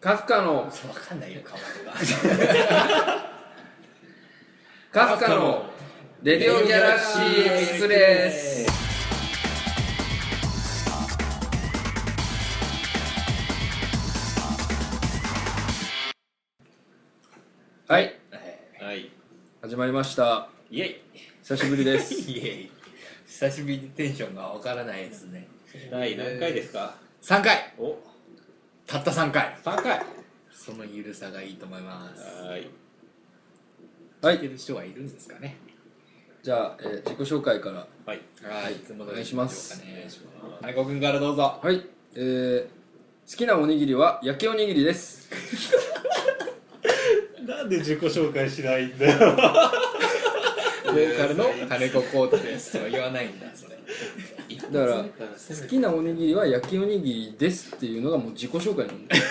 カフカの分かんないよ顔とかカフカのレディオギャラクシーエキスですはいはい。始まりましたイエ久しぶりで イすエイ久しぶりにテンションが分からないですねイ。第何回ですか。 3回お、たった3回三回。はそのゆるさがいいと思いますーい。は聞いている人はいるんですかねじゃあ、えー自己紹介からはい。はいいつも通りお願いしますでょうかね金子君からどうぞはいえー、好きなおにぎりは焼きおにぎりですなんで自己紹介しないんだよ。ボーカルの金子コートですとは言わないんだそれだから好きなおにぎりは焼きおにぎりですっていうのがもう自己紹介なんだよ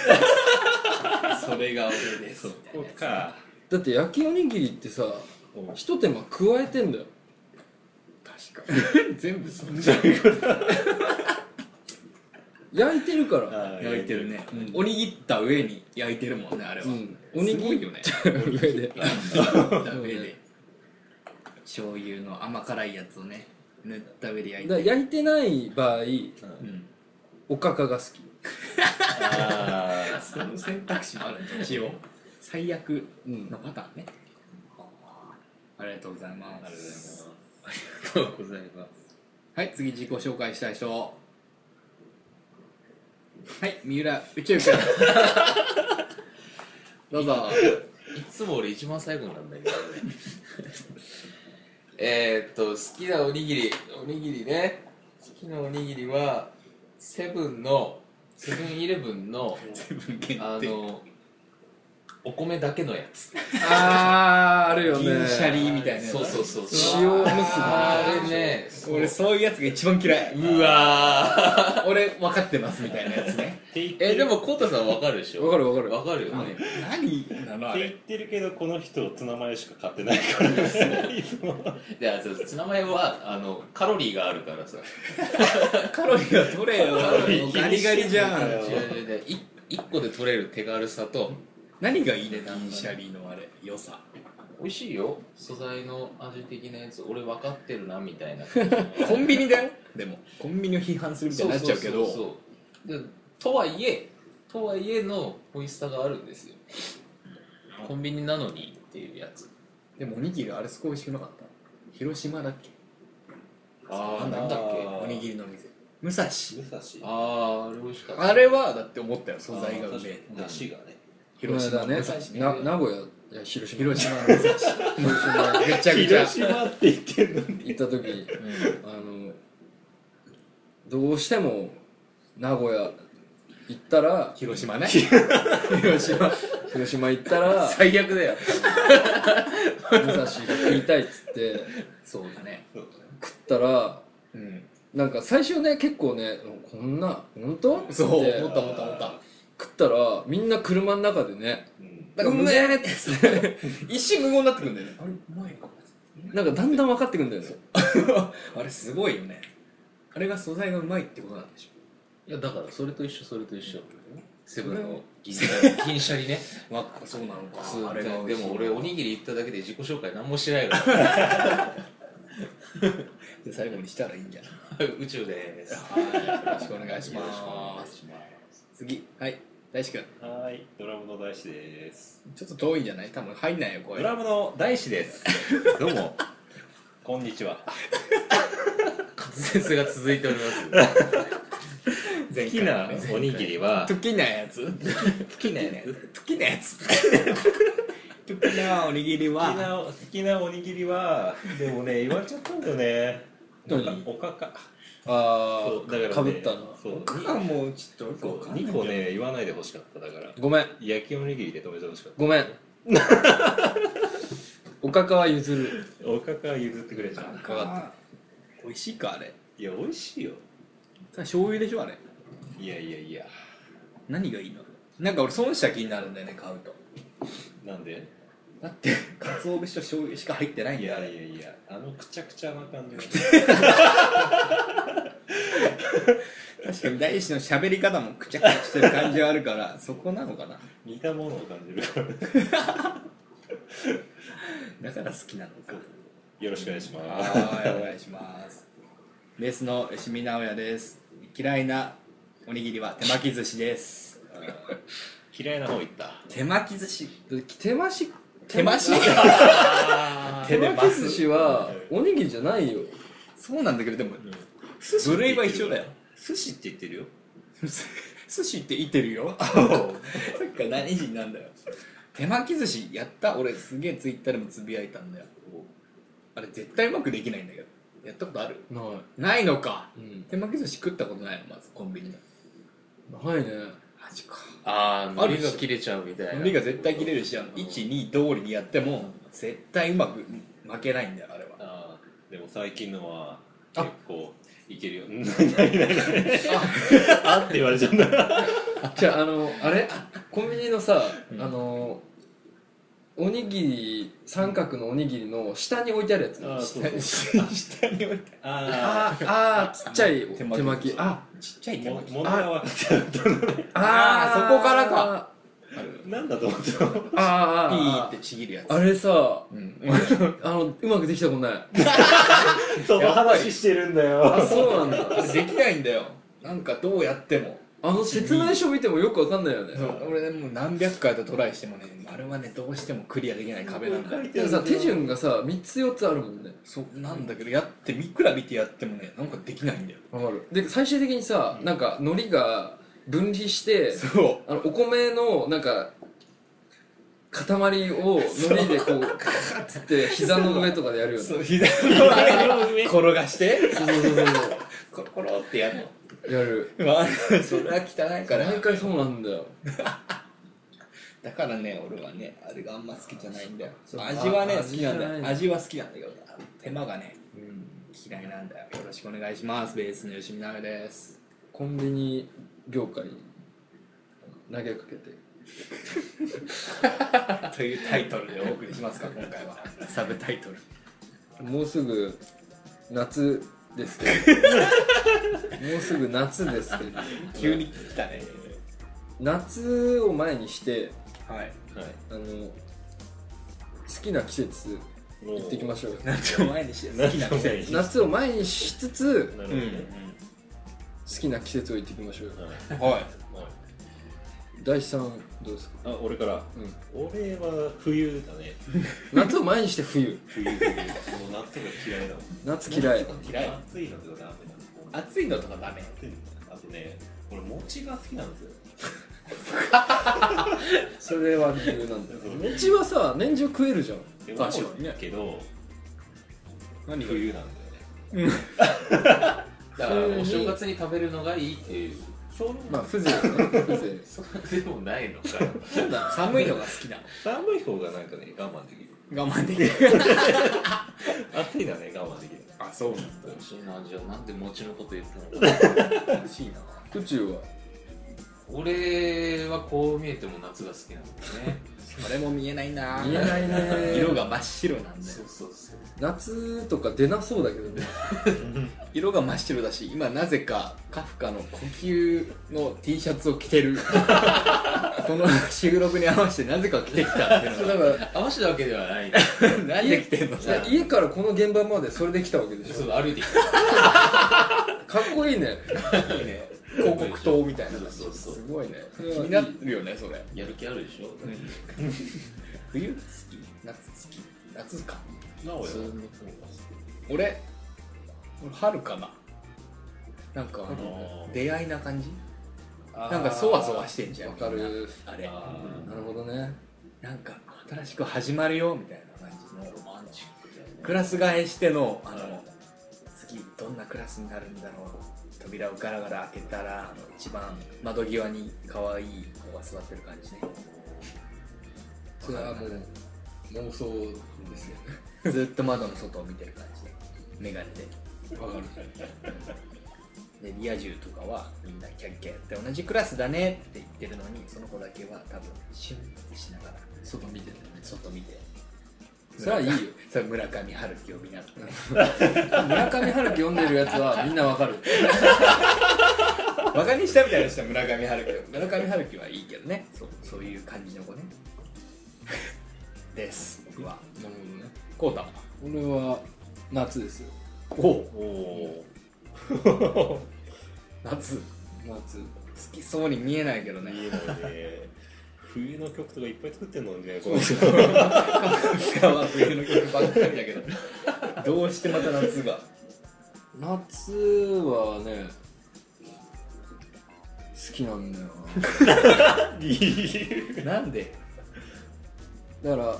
それが俺ですみたいこなやうつか。だって焼きおにぎりってさおひと手間加えてんだよ確か に全部そんな焼いてるからあー焼いてるね、うんおにぎった上に焼いてるもんねあれは、うんおにぎすごいよね上でだ上で醤油の甘辛いやつをね塗った上で焼いだて焼いてない場合うんおかかが好きあーその選択肢もあるんだ一応最悪うんのパターンね、ありがとうございますありがとうございます。ありがとうございます。はい次自己紹介したい人はい三浦宇 宙君どうぞいつも俺一番最後なんだけどねえーっと好きなおにぎりおにぎりね好きなおにぎりはセブンのセブンイレブンの文献あのお米だけのやつあーあるよね銀シャリみたいなやつそうそうそう塩むすびあれね俺そういうやつが一番嫌いうわ 俺分かってますみたいなやつねって言っーえでもコウタさんわかるでしょわかるわかるわかるよね何なのあれてるけどこの人ツナマヨしか買ってないから。いつもであそうツナマヨはあのカロリーがあるからさカロリーは取れよガリガリじゃん違う違う違うい一個で取れる手軽さと何がいいね銀シャリのあれ良さ美味しいよ素材の味的なやつ俺分かってるなみたいなコンビニだよでもコンビニを批判するみたいになっちゃうけどそうそうそうでとはいえとはいえの美味しさがあるんですよコンビニなのにっていうやつでもおにぎりあれすごい美味しくなかった広島だっけあーなんだっけあーおにぎりの店武蔵武蔵。あーあれ美味しかったあれはだって思ったよ素材がうめえ出汁がね。広島このの間武ね蔵なね名古屋いや広島広島の武蔵広島ぐちゃぐちゃ島って言ってるのに。行った時にあのどうしても名古屋行ったら広島ね広島広島行ったら最悪だよ武蔵が食いたいっつってそうだね食ったらうんなんか最初ね結構ねこんな本当っつそっうて思った思った思った食ったらみんな車の中でねうんだから無言って一瞬無言になってくんだよねあれうまいかなんかだんだん分かってくんだよねあれすごいよねあれが素材がうまいってことなんでしいやだからそれと一緒それと一緒セブンの銀銀シャリねょわっそうなのかそうあれが美で味しいも俺おにぎり行っただけで自己紹介何もしないかで最後にしたらいいんじゃないら宇宙でーすよろしくお願いしよろしくお願まいすします次はい大志くんはい。ドラムの大志です。ちょっと遠いんじゃない多分入んないよ声ドラムの大志 です。どうも。こんにちは。滑舌が続いており ます好きなおにぎりは好きなやつ好きなやつ好きなやつ好きなおにぎり好きはな好きなおにぎり はでもね言われちゃったんだよね何おかかあそうだから、ね、かぶったのそう僕はもうちょっとよくわかんない2個ね言わないでほしかっただからごめん焼きおにぎりで止めてほしかっごめんおかかは譲るたおかか譲ってくれじゃんかか美味しいかあれいや美味しいよ醤油でしょあれいやいやいや何がいいのなんか俺損した気になるんだよね買うとなんでだって鰹節と醤油しか入ってないんいだよやあれいやいやあのくちゃくちゃな感じ確かに大志の喋り方もくちゃくちゃしてる感じはあるからそこなのかな似たものを感じるからだから好きなのかよろしくお願いしますはいお願いしますベースの吉見直哉です嫌いなおにぎりは手巻き寿司です嫌いな方行った手巻き寿司手まし手巻き手手で巻巻きす寿司はおにぎりじゃないよそうなんだけどでも寿部類は一緒だよ寿司って言ってるよ寿司って言ってる よそっか何人なんだよ手巻き寿司やった俺すげえツイッターでもつぶやいたんだよあれ絶対うまくできないんだけどやったことあるない、ないのかうん、手巻き寿司食ったことないのまずコンビニでないねマジかああるし切れちゃうみた海苔が絶対切れるしあの12通りにやっても絶対うまく負けないんだよあれはあーでも最近のはあ結構いけるよ ないないないないあって言われちゃうんだじゃああのあれコンビニのさ、うんあのおにぎり三角のおにぎりの下に置いてあるやつあーそうそう下に置いてああーあーちっちゃい手手巻き巻きあちっちゃいー手も巻き物は分かってなかっあーそこからかた なんだと思ってたのあーあピーーあーってちぎるやつあれさうんあのうまくできたことないその話してるんだよそうなんだあれできないんだよなんかどうやってもあの説明書見てもよくわかんないよねそう俺もう何百回とトライしてもねあれはねどうしてもクリアできない壁なんだよでもさ手順がさ3つ4つあるもんねそうなんだけどやって見比べてやってもねなんかできないんだよわかるで最終的にさ、なんか海苔が分離してそうあのお米のなんか塊を海苔でこうカッつって膝の上とかでやるよねそう膝の上に転がしてそうそうそうそ コロコロってやるのうやるまあそれは汚いから毎回そうなんだよだからね俺はねあれがあんま好きじゃないんだよそう味はねあ好きなん味じゃだよない味は好きなんだけど手間がね嫌いなんだよよろしくお願いしますベースの吉見なべですコンビニ業界に投げかけてというタイトルでお送りし ますか今回はサブタイトルもうすぐ夏ですけど もうすぐ夏ですけど急に来たね夏を前にしてはいあの好きな季節行行ってきましょ うよ夏を前にして好きな季節なる夏を前にしつつほうどん、うんね好きな季節を行ってきましょうよはいはいはい大志さんどうですか、あ俺からうん、俺は冬だね夏を前にして冬冬冬もう夏とか嫌いだもん夏嫌 い嫌い暑いのとかダメだ暑いのとかダメ暑いのあとね俺餅が好きなんですよそれは理由なんだよそう餅はさ年中食えるじゃんでも確かにねけど何が冬なんだよねだからお正月に食べるのがいいっていうそうまあ風情ね風そうでもないのかよ寒いのが好きな寒い方がなんかね我慢できるの我慢できる暑いのはね我慢できる あそうなん美味しいなじゃあなんで餅のこと言ったのかだ欲しいな情宇宙は俺はこう見えても夏が好きなんだよねそれも見えないな見えないね色が真っ白なんだよそうそうそう夏とか出なそうだけど ね色が真っ白だし今なぜかカフカの呼吸の T シャツを着 てるこの収録に合わせてなぜか着てきたっていうのだから合わせたわけではないがなんで着てんのいや家からこの現場までそれで来たわけでしそうょ歩いてきかっこいいねいいね広告塔みたいな感じそうそうそうすごいね気れはいいになるよねそれたやる気あるでしょ冬好き夏好き夏かなおよそう俺俺春かななんかあのうん出会いな感じななんかそわそわしてんじゃんわかみんるなあれなるほどねなんか新しく始まるよみたいな感じのロマンチックだよねクラス替えしてのあの次どんなクラスになるんだろう扉をガラガラ開けたらあの一番窓際に可愛い子が座ってる感じねそれはもう妄想ですよずっと窓の外を見てる感じで眼鏡でねわかるでリア充とかはみんなキャッキャやって同じクラスだねって言ってるのにその子だけは多分シュンってしながら外見ててね外見てそれはいいよそれ村上 春樹を見なくて村上春樹読んでるやつはみんなわかるバカにしたみたいな人は村上春樹村上春樹はいいけどねそうそういう感じの子ね です僕はなるほどねこうた俺は夏ですよおおお夏好夏きそうに見えないけどおね いいもんね冬の曲とかいっぱい作ってんのにねそこうのそ人う川冬の曲ばっかりだけどどうしてまた夏が夏はね好きなんだよ理由なんでなだから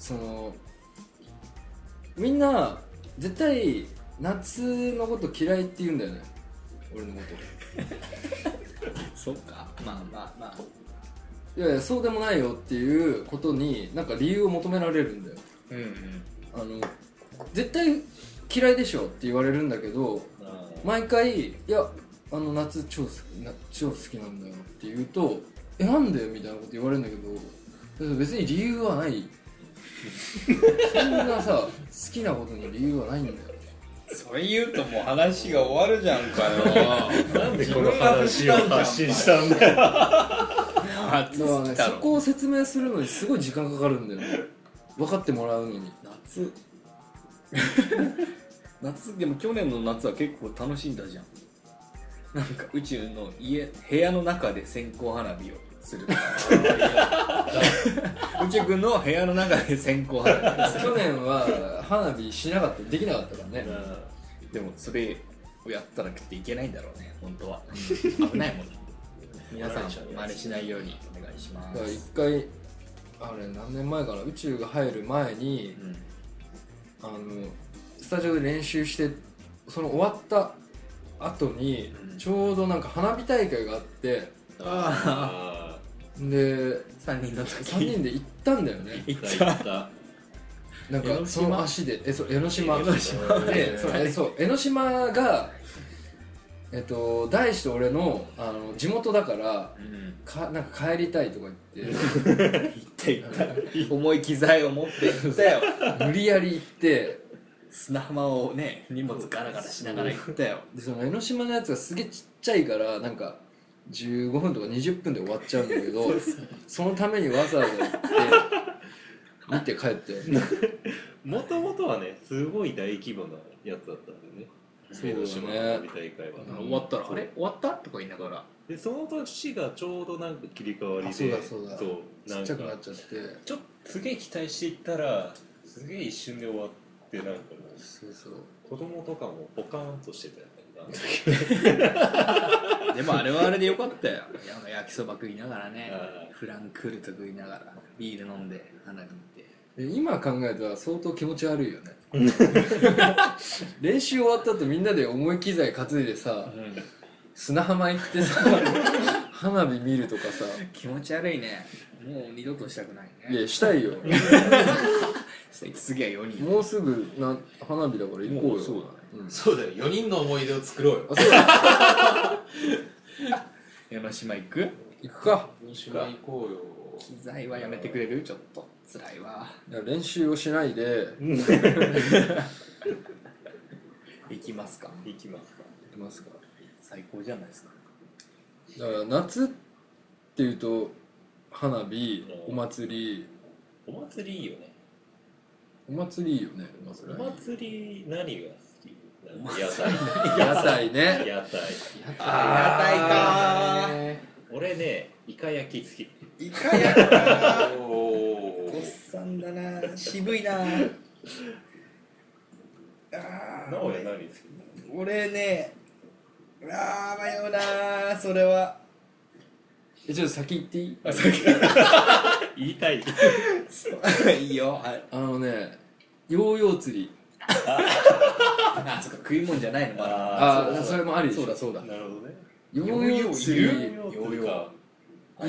そのみんな絶対夏のこと嫌いって言うんだよね俺のこそっかまあまあまあといやいやそうでもないよっていうことになんか理由を求められるんだようんうんあの絶対嫌いでしょって言われるんだけど毎回「いやあの夏超好きな超好きなんだよ」って言うと「えなんで?」みたいなこと言われるんだけどだから別に理由はないそんなさ好きなことに理由はないんだよそれ言うともう話が終わるじゃんかよなんでこの話を発信したんだ夏よだからねだそろこを説明するのにすごい時間かかるんだよね分かってもらうのに夏夏でも去年の夏は結構楽しんだじゃんなんか宇宙の家部屋の中で線香花火をする宇宙君の部屋の中で線香花火去年は花火しなかったできなかったからねでもそれをやったら食っていけないんだろうね本当は危ないもん皆さん真似しないようにお願いしまだから一す、回あれ何年前かな宇宙が入る前に、あうん、のスタジオで練習してその終わった後に、うんちょうどなんか花火大会があってあああで3人の時3人で行ったんだよね行った行ったなん江ノか島その足でえそう江ノ島江ノ島でそうえそう江ノ島がえっと大志と俺のあの地元だからうんかなんか帰りたいとか言って行った行った重い機材を持って行ったよ無理やり行って砂浜をね荷物ガラガラしながら行ったよでその江ノ島のやつがすげえちっちゃいからなんか15分とか20分で終わっちゃうんだけど そのためにわざわざ行って見て帰ってもともとはねすごい大規模なやつだったんだよねそうだね江ノ島の花火大会はうん終わったらあれ終わったとか言いながらでその年がちょうどなんか切り替わりあでそうだそうだそうちなっんちゃくなかっちゃってちょっとすげえ期待していったらすげえ一瞬で終わってなんかもうそうそう子供とかもポカーンとしてたよねなんかでもあれはあれでよかったよなんか焼きそば食いながらね あフランクフルト食いながらビール飲んで花火見てで今考えたら相当気持ち悪いよね 練習終わった後みんなで重い機材担いでさ砂浜行ってさ花火見るとかさ気持ち悪いねもう二度としたくないいねやしたいよ次は4人もうすぐな花火だから行こうもようそうだねんそうだよ4人の思い出を作ろうよあそうだ江ノ島行く行くか三島行こうよ機材はやめてくれるちょっと辛いわいや練習をしないで行きますか行きますかいますか最高じゃないですからだから夏っていうと花火うおん祭りお祭りいいよねお祭りいいよねおお祭り祭り何が好き屋 台屋台ね屋台あーね俺ねイカ焼き好きいかやかおおおっさんだな渋いなあーなおや俺何好き俺ねあー迷うなーそれはえちょっと先行っていい言いたいいいよああのねヨーヨー釣りあそっか食い物じゃないのまだあーあそれもありでしそうだょそうだ なるほどねヨーヨー釣ヨりーヨヨーーヨー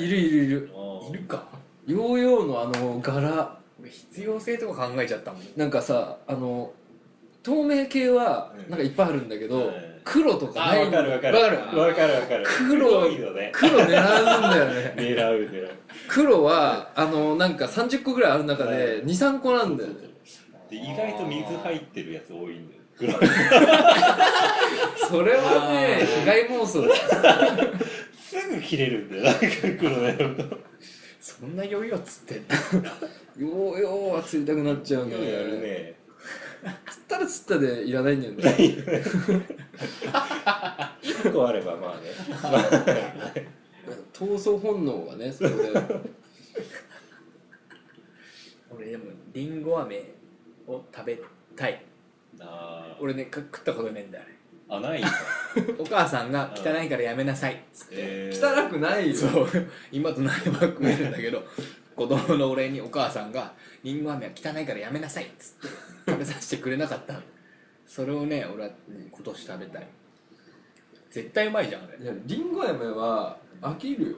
いるいるいるあーいるかヨーヨーのあの柄俺必要性とか考えちゃったもんなんかさあの透明系はうんなんかいっぱいあるんだけど、はい黒とかあない分かる分かるわかる分かる分かる黒いのね黒狙うんだよね狙う狙う黒はあのなんか30個ぐらいある中はでい23個なんだよねで意外と水入ってるやつ多いんだよ黒いそれはねあー被害妄想だよすぐ切れるんだよなんか黒狙うとそんな余裕をつってんのようようは釣りたくなっちゃうんだよやるねね釣ったら釣ったでいらないんだよね1個あればまあね闘争本能がねそこで俺でもりんご飴を食べたいあ俺ねか食ったことねえんだよねーあないんだお母さんが汚いからやめなさいっつって、えー汚くないよそう今となれば食えるんだけ ど子供のお礼にお母さんが「りんご飴は汚いからやめなさい」っつって食べさせてくれなかったのそれをね俺はね今年食べたい絶対うまいじゃんあれいやりんご飴は飽きるよ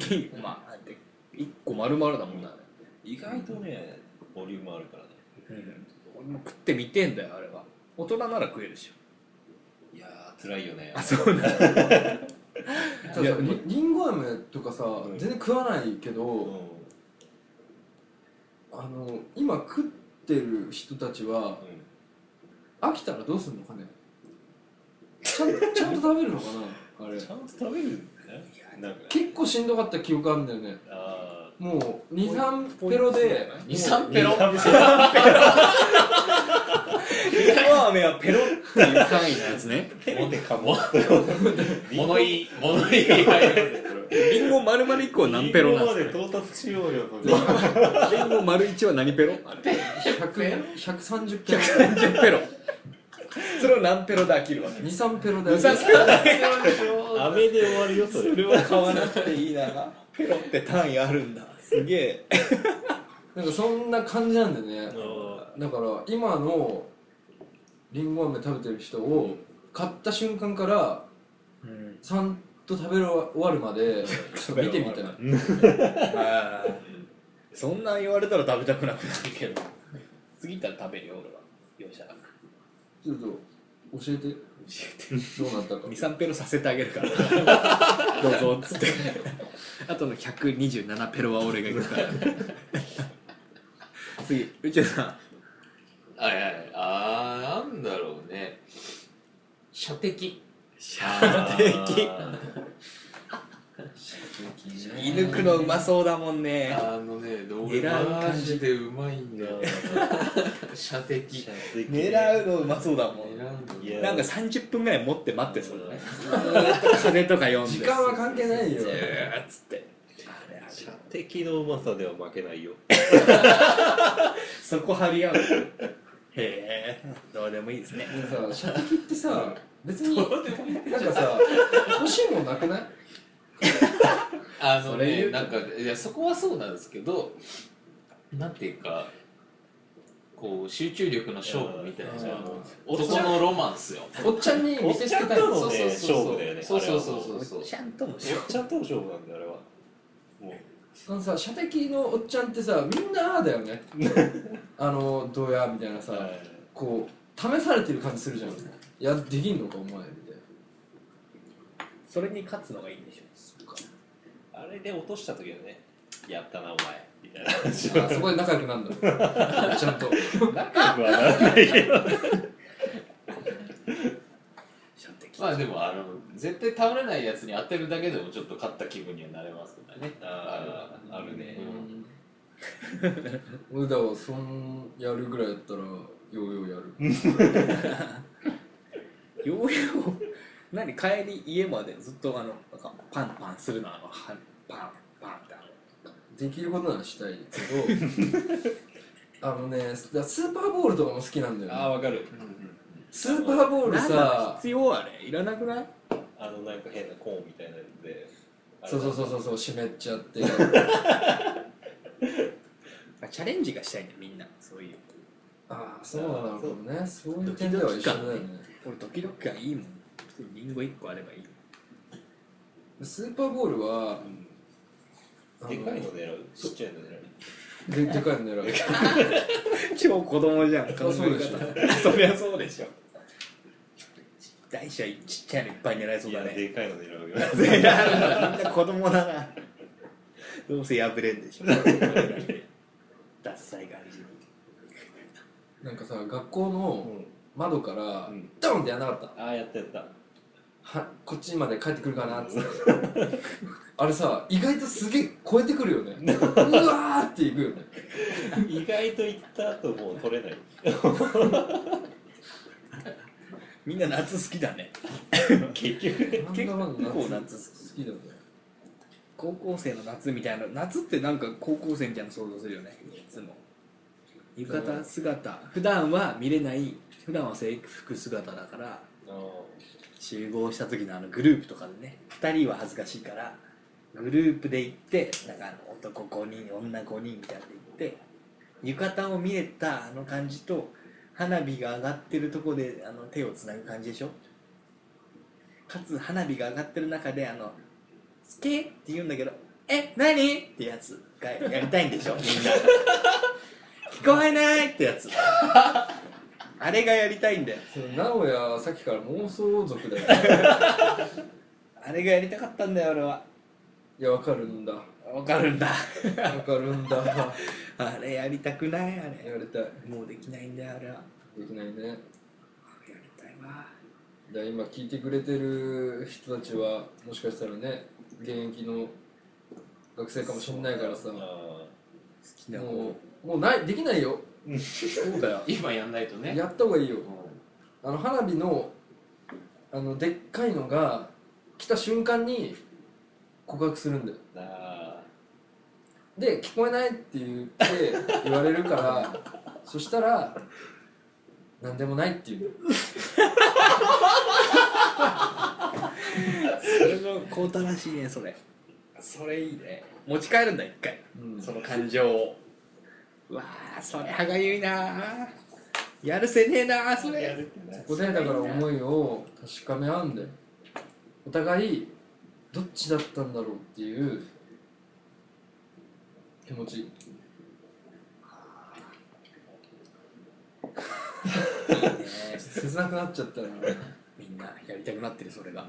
金まあ1個丸々だもんな、意外とねボリュームあるからねうん、俺も食ってみてえんだよあれは大人なら食えるでしょいやー辛いよねあそう なんたいだやさりりんご飴とかさん全然食わないけうどんあの今食ってる人たちは飽きたらどうすんのかねちゃんちゃんと食べるのかなあうれんちゃんと食べるんだねなんか結構しんどかった記憶あるんだよねあもう23ペロで二三ーペロリンゴりんご飴はペロっていう単位なんです ねペロでかも物言い物言いが入るりんご丸々1個は何ペロなんですリかンゴまで到達しようよとリンゴ丸一は何ペロあれ100 130ペロ10ペロそれを何ペロで飽きるわけ23ペロで無差別飴で終わるよそそれれは買わなくていいなペロって単位あるんだすげえなんかそんな感じなんだよねあだから今のりんご飴食べてる人を買った瞬間からちゃんと食べる終わるまでちょっと見てみたい食あー そんなん言われたら食べたくなくなるけど次行ったら食べるよ俺は容赦なくちょっと教えてどうなったか 23ペロさせてあげるから どうぞっつってあとの127ペロは俺が行くから 次宇宙さんあいやいやあーなんだろうね射的射的射抜くのうまそうだもんねあのね俺狙うマ感じジでうまいんだよ射的狙うのうまそうだも狙うんのいやなんか30分ぐらい持って待ってそうだ ねずーっと風とか読んで時間は関係ないよずーっつってあれあれ射的のうまさでは負けないよそこ張り合うへえどうでもいいですねでもさ射的ってさ別になんかさ欲しいもんなくないあのそれ言ねうとなんかいやそこはそうなんですけどなんていうかこう集中力の勝負みたいなじゃんうん男のロマンスよおっちゃんに見せつけたいおっちゃんとのねそうそうそう勝負だよねそうそうそうおそうそうっちゃんともしようちゃんと勝負なんだよあれはもうそのさ射的のおっちゃんってさみんなああだよ ねあのどうやみたいなさ、こう試されてる感じするじゃんいやできんのかお前みたいなそれに勝つのがいいんでしあれで落とした時はねやったなお前みたいなあそこで仲良く なるんだちゃんとょ射的まあでもあの絶対倒れないやつに当てるだけでもちょっと勝った気分にはなれますからねあーあるね俺だわそんやるぐらいやったらようようやるようやく何帰り家までずっとあのなんかパンパンするのあのはパンパンってあのできることならしたいけどあのねだからスーパーボールとかも好きなんだよ、ね、あわかるスーパーボールなんかさ必要あれいらなくないあのなんか変なコーンみたいなやつでそうそうそううそうそう湿っちゃってまあチャレンジがしたいんだよみんなそういうああそうなのかもねそういう点では一緒だよね俺ドキドキ感いいもん普通にリンゴ1個あればいいスーパーボールはあでかいの狙うちっちゃいの狙でう でかいの狙う超子供じゃん考えそうでしょ方そりゃそうでしょ大車ちっちゃいのいっぱい狙えそういだやねでかいの狙うよみんな子供だなどうせ破れんでしょダサい感じなんかさ学校のうん窓から、うんドンってやんなかったああやったやったはこっちまで帰ってくるかな っつってあれさ意外とすげえ超えてくるよね うわーっていくよね意外と行った後もう取れないみんな夏好きだね結局結構なんだかんだ夏好きだよね高校生の夏みたいな夏ってなんか高校生みたいな想像するよねいつも浴衣姿普段は見れない普段は制服姿だから集合した時のあのグループとかでね2人は恥ずかしいからグループで行ってなんかあの男5人女5人みたいなので行って浴衣を見えたあの感じと花火が上がってるとこであの手をつなぐ感じでしょかつ花火が上がってる中であの「好き?」って言うんだけど「え何?」ってやつがやりたいんでしょみんな聞こえないってやつあれがやりたいんだよその直哉はさっきから妄想族だよねあれがやりたかったんだよ俺はいやわかるんだわわかるんだかるんだやあれやりたくないあれりたいもうできないんだよあれはできないねあれやりたいわじゃあ今聞いてくれてる人たちはもしかしたらね現役の学生かもしんないからさもあ好きな子うもうないできないよそうだよ今やんないとねやった方がいいようあの花火のあのでっかいのが来た瞬間に告白するんだよーあで聞こえないって言って言われるからそしたら何でもないっていうそれのこうたらしいねそれそれいいね持ち帰るんだ一回うんその感情をうわあそれ歯がゆいなやるせねえなそーやれるってなここでだから思いを確かめ合うんだよお互いどっちだったんだろうっていう気持ち切なくなっちゃったなみんなやりたくなってるそれがんい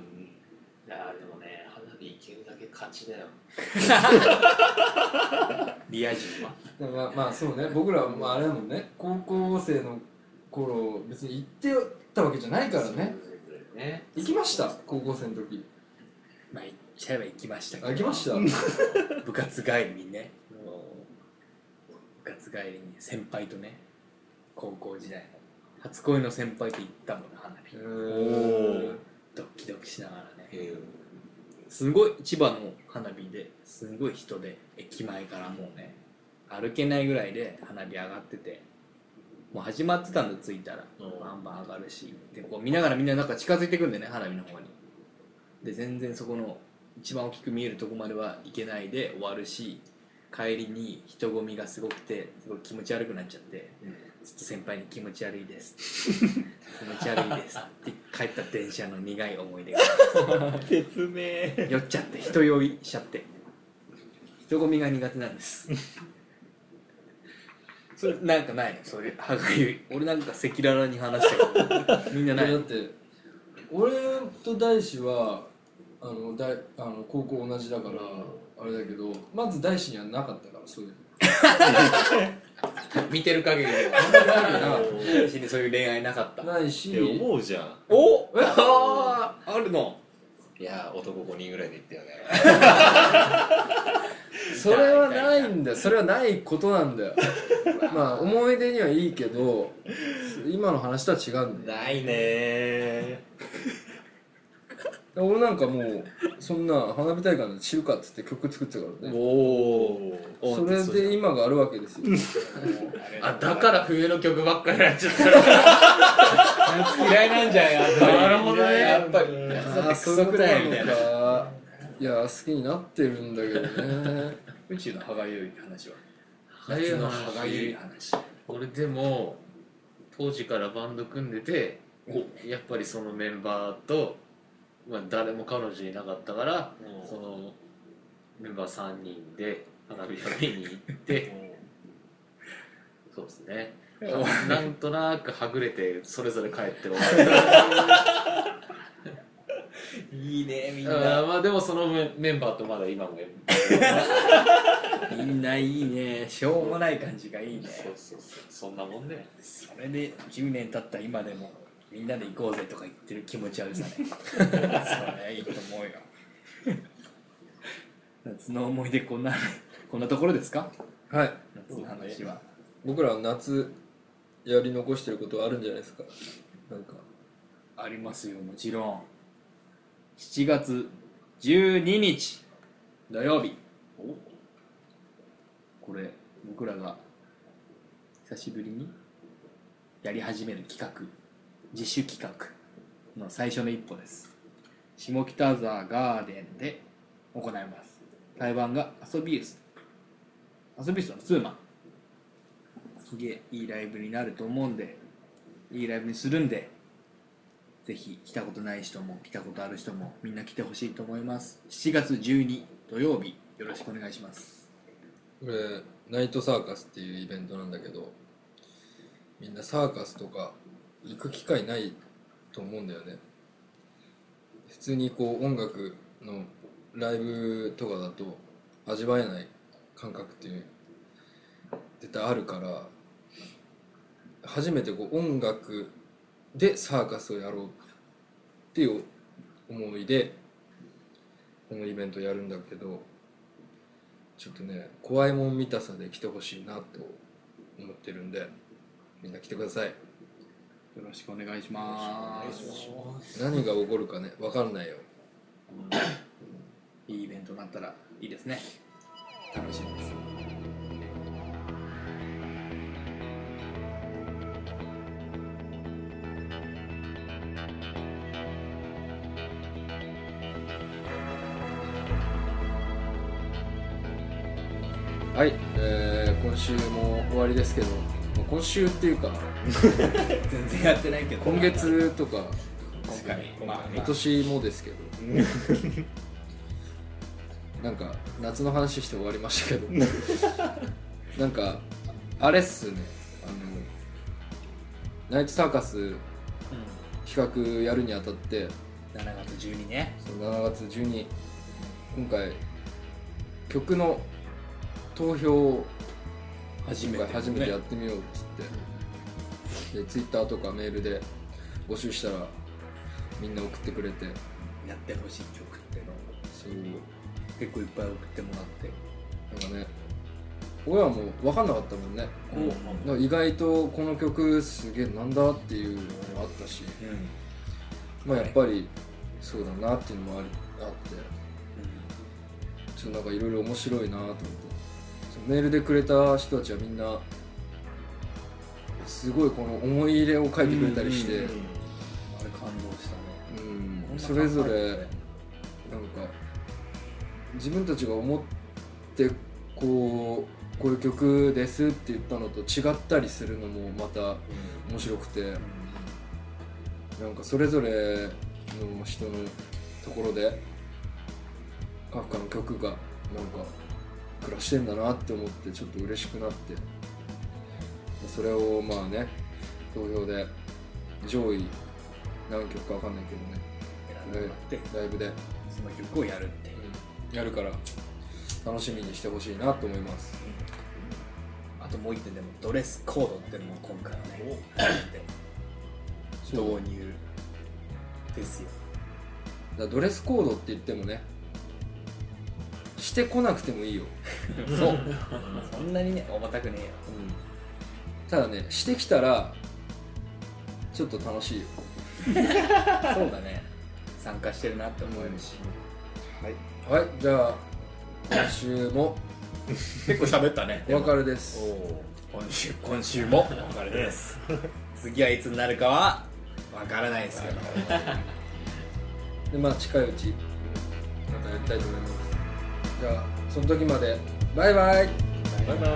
やーでもね花火いけるだけ勝ちだよリア充はだからまあそうね僕らはまああれだもんね高校生の頃別に行ってたわけじゃないからねね行きました高校生の時まあ行っちゃえば行きましたけどあ行きました部活帰りにね部活帰りに先輩とね高校時代の初恋の先輩と行ったもんな花火おドッキドキしながらねへすごい千葉の花火ですごい人で駅前からもうね歩けないぐらいで花火上がっててもう始まってたんで着いたらうんバンバン上がるしでこう見ながらみんななんか近づいてくんだよね花火の方にで全然そこの一番大きく見えるとこまでは行けないで終わるし帰りに人混みがすごくてすごい気持ち悪くなっちゃってずっと先輩に気持ち悪いです。 気持ち悪いです。って帰った電車の苦い思い出が。説明酔っちゃって、人酔いしちゃって。人混みが苦手なんです。 それなんかないのそういう歯がゆい俺なんか赤裸々に話した けどみんなだないっのて俺と大志はあの大あの高校同じだから、あれだけどまず大志にはなかったからそういう見てる限りでは私にそういう恋愛なかったのないっして思うじゃんおあーあるのいやー男5人ぐらいで行ったよねそれはないんだよそれはないことなんだよ まあ思い出にはいいけど今の話とは違うんだよないね俺なんかもうそんな花火大会で知るかっつって曲作ってたからねおおそれで今があるわけ ですよあだから冬の曲ばっかりになっちゃった嫌いなんじゃんやっぱり なるほどねやっぱり夏だってクソくらいみたいなな。いや好きになってるんだけどね。 宇宙の歯がゆい話はがゆい夏話の歯がゆい話俺でも当時からバンド組んでてやっぱりそのメンバーと、まあ、誰も彼女いなかったからうんそのメンバー3人で花火を見に行 ってそうです ね なんとなくはぐれてそれぞれ帰って終わるいいねみんあなーまあでもそのメメンバーとまだ今もやるみんないいねしょうもない感じがいいねそうそうそうそんなもんねそれで10年経った今でもみんなで行こうぜとか言ってる気持ち悪さねそれいいと思うよ夏の思い出こんな こんなところですかはい夏の話は僕らは夏やり残してることはあるんじゃないですかなんかありますよもちろん7月12日土曜日これ僕らが久しぶりにやり始める企画自主企画の最初の一歩です下北沢ガーデンで行います台湾が遊びユース遊びユースのツーマンすげえいいライブになると思うんでいいライブにするんでぜひ来たことない人も来たことある人もみんな来てほしいと思います7月12土曜日よろしくお願いしますこれナイトサーカスっていうイベントなんだけどみんなサーカスとか行く機会ないと思うんだよね普通にこう音楽のライブとかだと味わえない感覚っていう絶対あるから初めてこう音楽でサーカスをやろうっていう思いでこのイベントやるんだけどちょっとね怖いもん見たさで来てほしいなと思ってるんでみんな来てくださいよろしくお願いします何が起こるかね分かんないよいいイベントになったらいいですね楽しみですはい、えー今週も終わりですけどもう今週っていうか全然やってないけど今月とか今回まあ今年もですけどなんか夏の話して終わりましたけどなんかあれっすねあのナイトサーカス企画やるにあたって7月12ねそう7月12今回曲の投票を初今回初めてやってみようっつって、でツイッターとかメールで募集したらみんな送ってくれてやってほしい曲っていうのをそう結構いっぱい送ってもらってなんかね俺はもう分かんなかったもんね、うんだから意外とこの曲すげえなんだっていうのもあったし、うん、まあ、やっぱりそうだなっていうのもありあってちょっとなんかいろいろ面白いなと思ってそうメールでくれた人たちはみんなすごいこの思い入れを書いてくれたりして、うんあれ感動したねそれぞれなんか自分たちが思ってこうこういう曲ですって言ったのと違ったりするのもまた面白くて、なんかそれぞれの人のところでカフカの曲がなんか暮らしてんだなって思ってちょっと嬉しくなってそれをまあね投票で上位何曲かわかんないけ選んどでねもらってライブで、その曲をやるっていうやるから楽しみにしてほしいなと思いますあともう一点でもドレスコードっていうのも今回はね導入ですよだからドレスコードって言ってもねしてこなくてもいいよ そうそんなにね重たくねえようんただねしてきたらちょっと楽しいよそうだね参加してるなって思えるしはいじゃあ今週も結構喋ったねお別れです今週今週もお別れです次はいつになるかはわからないですけどでまあ近いうちまたやりたいと思いますじゃあその時までバイバイバイバイ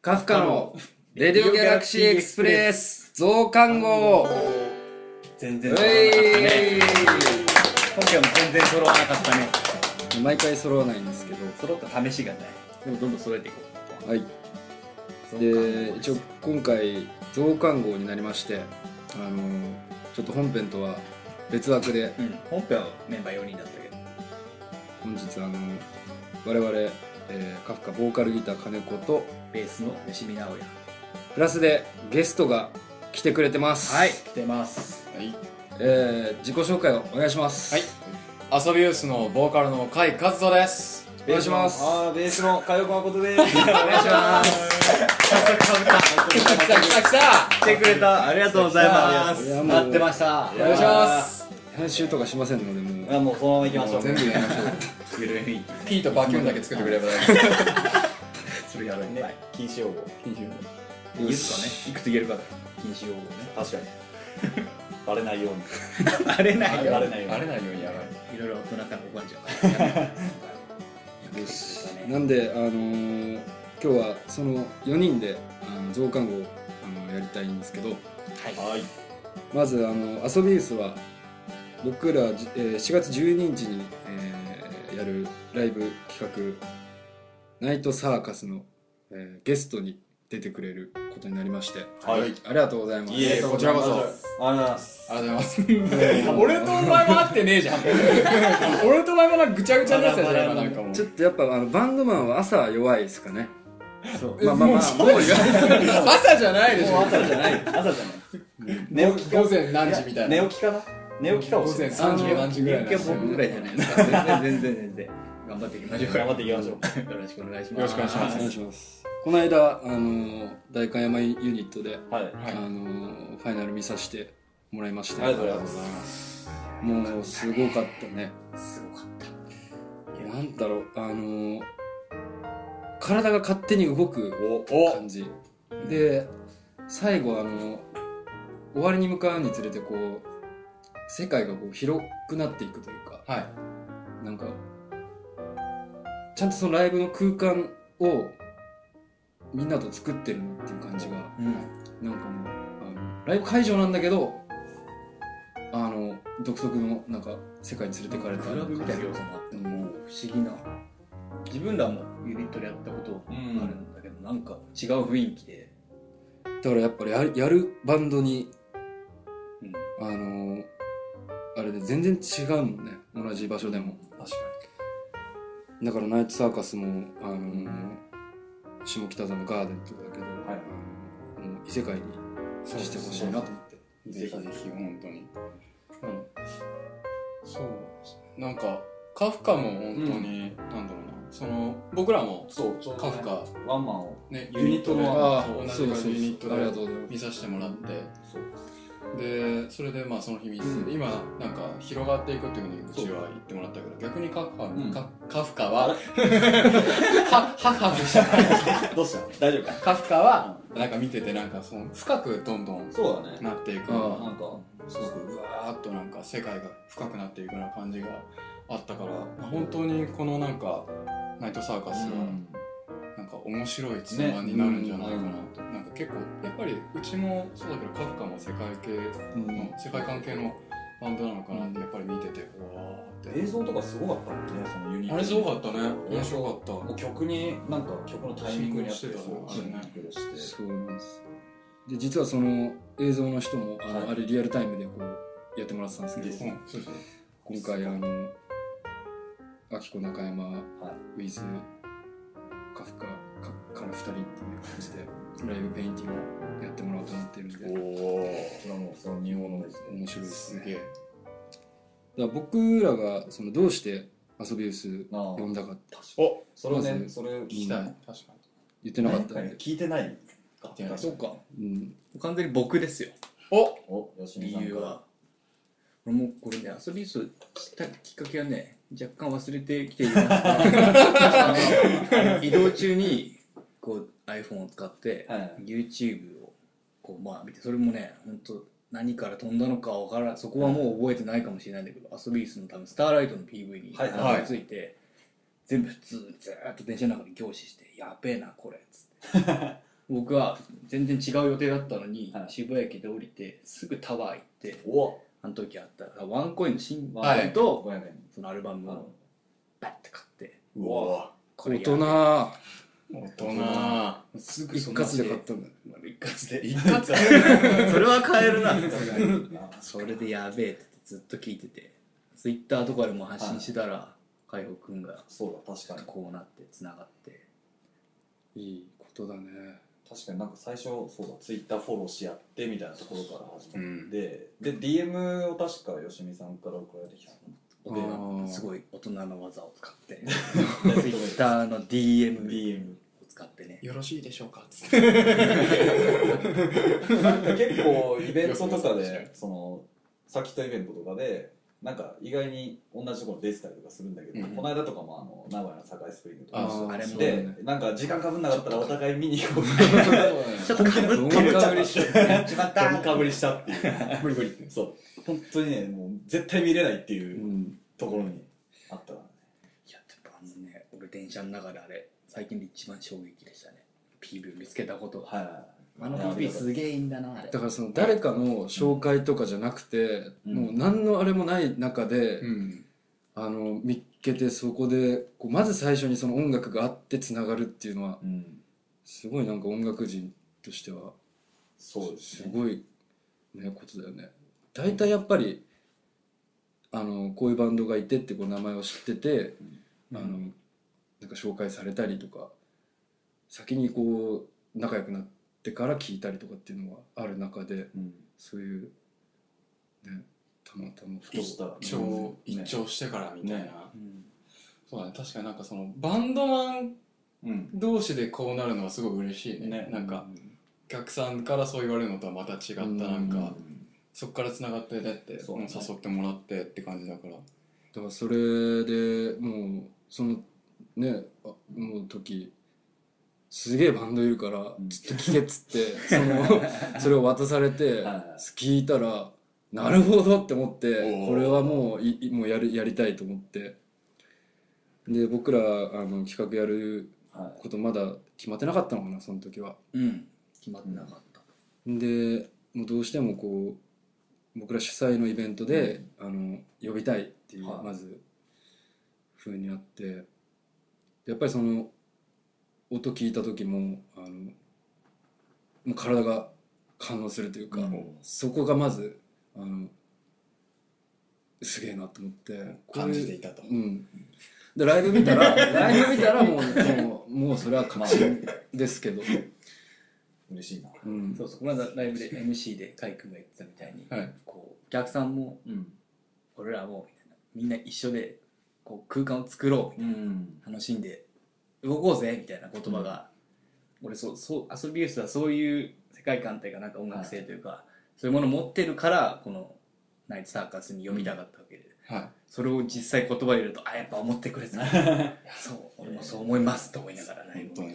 カフカのレディオギャラクシーエクスプレス増刊号全う然い変わらなかったね今回も全然揃わなかったね毎回揃わないんですけど揃った試しがないでもどんどん揃えていこうはいで一応今回増刊号になりましてあのちょっと本編とは別枠でうん、本編はメンバー4人だったけど本日あの我々、えー、カフカボーカルギター金子とベースの吉見直哉プラスでゲストが来てくれてますはい、来てますはいえー、自己紹介をお願いしますはい遊びユースのボーカルの甲斐和人ですお願いしますあーベースのかよこまこ とです。おお願いします来た来た来た来てくれた。ありがとうございまいす。やもう待ってましたお願いします編集とかしませんのでもうあもうそのまま行きましょう。全部やりましょうゆるいピーとバキュンだけ作ってくれば大丈 それやばいねね、禁止用語。言えるかねいくつ言えるかだ禁止用語ね確かに。バレないように。バレないよバレ夫ないよバうレに。ないようにやばいいろいろ大人から怒られちゃうよしなんであのー今日はその4人であの増刊号あのやりたいんですけどはい。まずあの遊びユースは僕ら、じえー4月12日に、えーやるライブ企画「ナイトサーカスの」えーゲストに出てくれることになりましてはいありがとうございますいえ、こちらこそありがとうございます。ありがとうございます俺とお前も会ってね えじゃん俺とお前もなんかぐちゃぐちゃになってたじゃん今なんかもうちょっとやっぱあのバンドマンは朝弱いですかねそうまあまあまあもう言わ朝じゃないでしもうょ朝じゃない。朝じゃない。寝起きか午前何時みたいな寝起きかな。寝起きかも午し前れない。 3時か何時ぐらい人気は僕ぐらいじゃないですか全然全然全然頑張っていきましょう頑張っていきましょう。よろしくお願いしますよろしくお願いしお願いしますこの間あの代官山ユニットで、はい。はいあのファイナル見させてもらいましたありがとうございます。もうすごかったねすごかっなんだろうあのー体が勝手に動くお感じで最後あの終わりに向かうにつれてこう世界がこう広くなっていくというかはいなんかちゃんとそのライブの空間をみんなと作ってるなっていう感じがたうんなんかねあのライブ会場なんだけどあの独特のなんか世界に連れてかれたクラブみたいな要素もあってもう不思議な自分らもユニットでやったことあるんだけどなんか違う雰囲気でだからやっぱりやるやるバンドに、うんあのーあれで全然違うもんね同じ場所でも確だからナイトサーカスも、あのー下北沢のガーデンとかだけど、はいあのもう異世界にそうしてほしいなと思ってぜひぜひ本当にうんそうですねなんかカフカも本当に、なんだろうなその僕らもそう、ちょうどカねフカワンマンを。ねユニットのああそう同じそうそ感うじユニットありがでとうございます見させてもらってそう。でそれでまあその日見つつ今なんか広がっていくっていうふうにうちは言ってもらったけど逆にカフカんカカフカははハフハフしたどうした？大丈夫か？カフカはなんか見ててなんかその深くどんどんそうだね。なっていくあなんか。すごくうわーっとなんか世界が深くなっていくような感じがあったからまあ本当にこのなんかナイトサーカスがなんか面白いツアーになるんじゃないかなと、なんか結構やっぱりうちもそうだけどカフカも世界系うんの世界関係のバンドなのかなってやっぱり見ててうわーって映像とかすごかったもんね、そのユニット。あれすごかったね面も白かったう曲に、なんか曲のタイミングに合ってシンクロしてたよねシンクロして。そうなんですで実はその映像の人もあの、はいあれリアルタイムでこうやってもらってたんですけどうんそうそう今回あのあきこ中山、ウィズカフカカから2人っていう感じでライブペインティングをやってもらおうと思ってるんでおお。これはもうその見物ですね。面白いですねすげえだから僕らがそのどうして遊びウスなあ呼んだかっておそれをまね、ずそれを聞聞きたい、確かに言ってなかったんで、聞いてないか聞いてないそうかうん、完全に僕ですよおお、よしみ理さんから。由は俺もこれね遊びそうしたきっかけはね若干忘れてきてい ますが移動中にこう iPhone を使ってはい YouTube をこうまあ見てそれもね本当何から飛んだのかわからんそこはもう覚えてないかもしれないんだけど遊びスの多分スターライトの PV にはいたはいどりついて、全部普通にずーっと電車の中で凝視してやべえなこれっつって僕は全然違う予定だったのに、はい渋谷駅で降りてすぐタワー行っておあの時あったワンコインの新はい版と、 500円そのアルバムあをバッて買ってうわこ大れやる人大人すぐ一括で買ったんだまあ一括で一括だそれは買える ななそれでやべえってずっと聞いててツイッターとかでも発信してたら海保くんがそうだ確かにこうなってつながっていいことだね確かになんか最初そうだツイッターフォローし合ってみたいなところから始まって、で DM を確かよしみさんから送られてきたあでーすごい大人の技を使ってのツイッターの DM を DM 使ってねよろしいでしょうかつって結構イベントとかでそのサキットイベントとかでなんか意外に同じところ出てたりとかするんだけど、うんこの間とかもあの名古屋の栄スプリングとあかーあれもで、ねなんか時間かぶんなかったらお互い見に行こうって ちょっとかぶどんっかてるぶりしちゃってしまっドンかぶりしたっていう無理無理そう本当にねもう絶対見れないっていうところにあったからねいやでもあのね俺電車の中であれ最近で一番衝撃でしたね PV 見つけたことははいはいはいあの PV すげえいいんだなあれだからその誰かの紹介とかじゃなくて、うんもう何のあれもない中で、うんあの見っけてそこでこうまず最初にその音楽があってつながるっていうのはうんすごいなんか音楽人としてはそうですすねごい、ね、ことだよね。大体やっぱりあのこういうバンドがいてってこう名前を知ってて、あのなんか紹介されたりとか先にこう仲良くなってから聞いたりとかっていうのはある中でうんそういう、ね、たまたまふふとした一応一聴してからみたいな、ねうんそうだね確かになんかそのバンドマンうん同士でこうなるのはすごい嬉しいねねなんかお客さんからそう言われるのとはまた違ったなんか、そこからつながってだってそうもう誘ってもらってって感じだからだからそれでもうそのねあもう時すげえバンドいるからうんちょっと聞けっつっ てそのそれを渡されてはいはい聞いたらなるほどって思っておーこれはもういいもうやるやりたいと思ってで僕らあの企画やるはことまだ決まってなかったのかなその時は。うん決まってなかったでもうどうしてもこう僕ら主催のイベントで、あの呼びたいっていう、はいまず風にあってでやっぱりその音聞いた時もあのもう体が反応するというか、うんそこがまずあのすげえなと思ってこれ感じていたとうんでライブ見たらライブ見たらもうもうもうそれは確信ですけど、い嬉しいなうんそうそうこの間ライブで MC で海君が言ってたみたいに、はいこうお客さんもうん俺らもみたいなみんな一緒でこう空間を作ろうんう楽しんで動こうぜみたいな言葉が、俺そうそう遊びユースはそういう世界観というかなんか音楽性というか、そういうものを持ってるからこの「ナイトサーカス」に読みたかったわけで、はいそれを実際言葉で言うとあやっぱ思ってくれ てたそう俺もそう思いますと思いながらライ本ブ当をに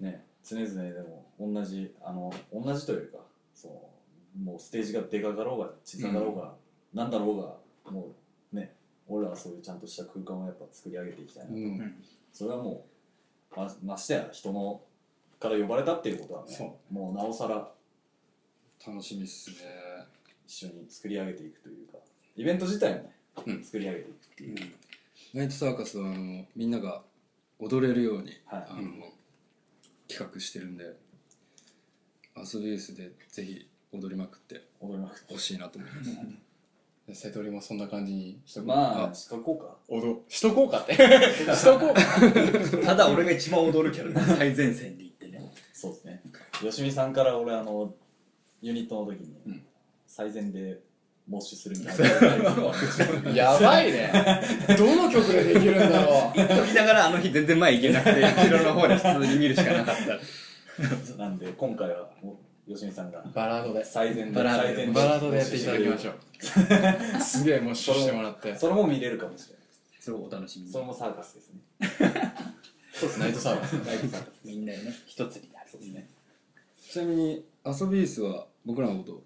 ね常々でも同じあの同じというかそうもうステージがでかかろうが小さかろうが、なんだろうがもうね俺らはそういうちゃんとした空間をやっぱ作り上げていきたいな、うんうんそれはもうまましてや人のから呼ばれたっていうことはねそもうなおさら楽しみっすね一緒に作り上げていくというかイベント自体もね、うん作り上げていくっていう、ナイトサーカスはあのみんなが踊れるように、はいあの企画してるんで遊びユースでぜひ踊りまくって踊りまくってほしいなと思いますで瀬戸りもそんな感じにしとこうまあしとこうか踊しとこうかってしとこうかただ俺が一番踊るけどね最前線に行ってねそうですね吉見さんから俺あのユニットの時に、うん最善でモッシュするみたいな やばいねどの曲でできるんだろう言っときながらあの日全然前行けなくて後ろの方で普通に見るしかなかったなんで今回はもう吉見さんがバラードで最善でバラード最善バラードでやっていただきましょう すげえもうシュしてもらってそれも見れるかもしれないそれをお楽しみにそれもサーカスです ねナイトサービスライブサーカスみんなでね一つになるそうですねちなみに遊びユースは僕らのこと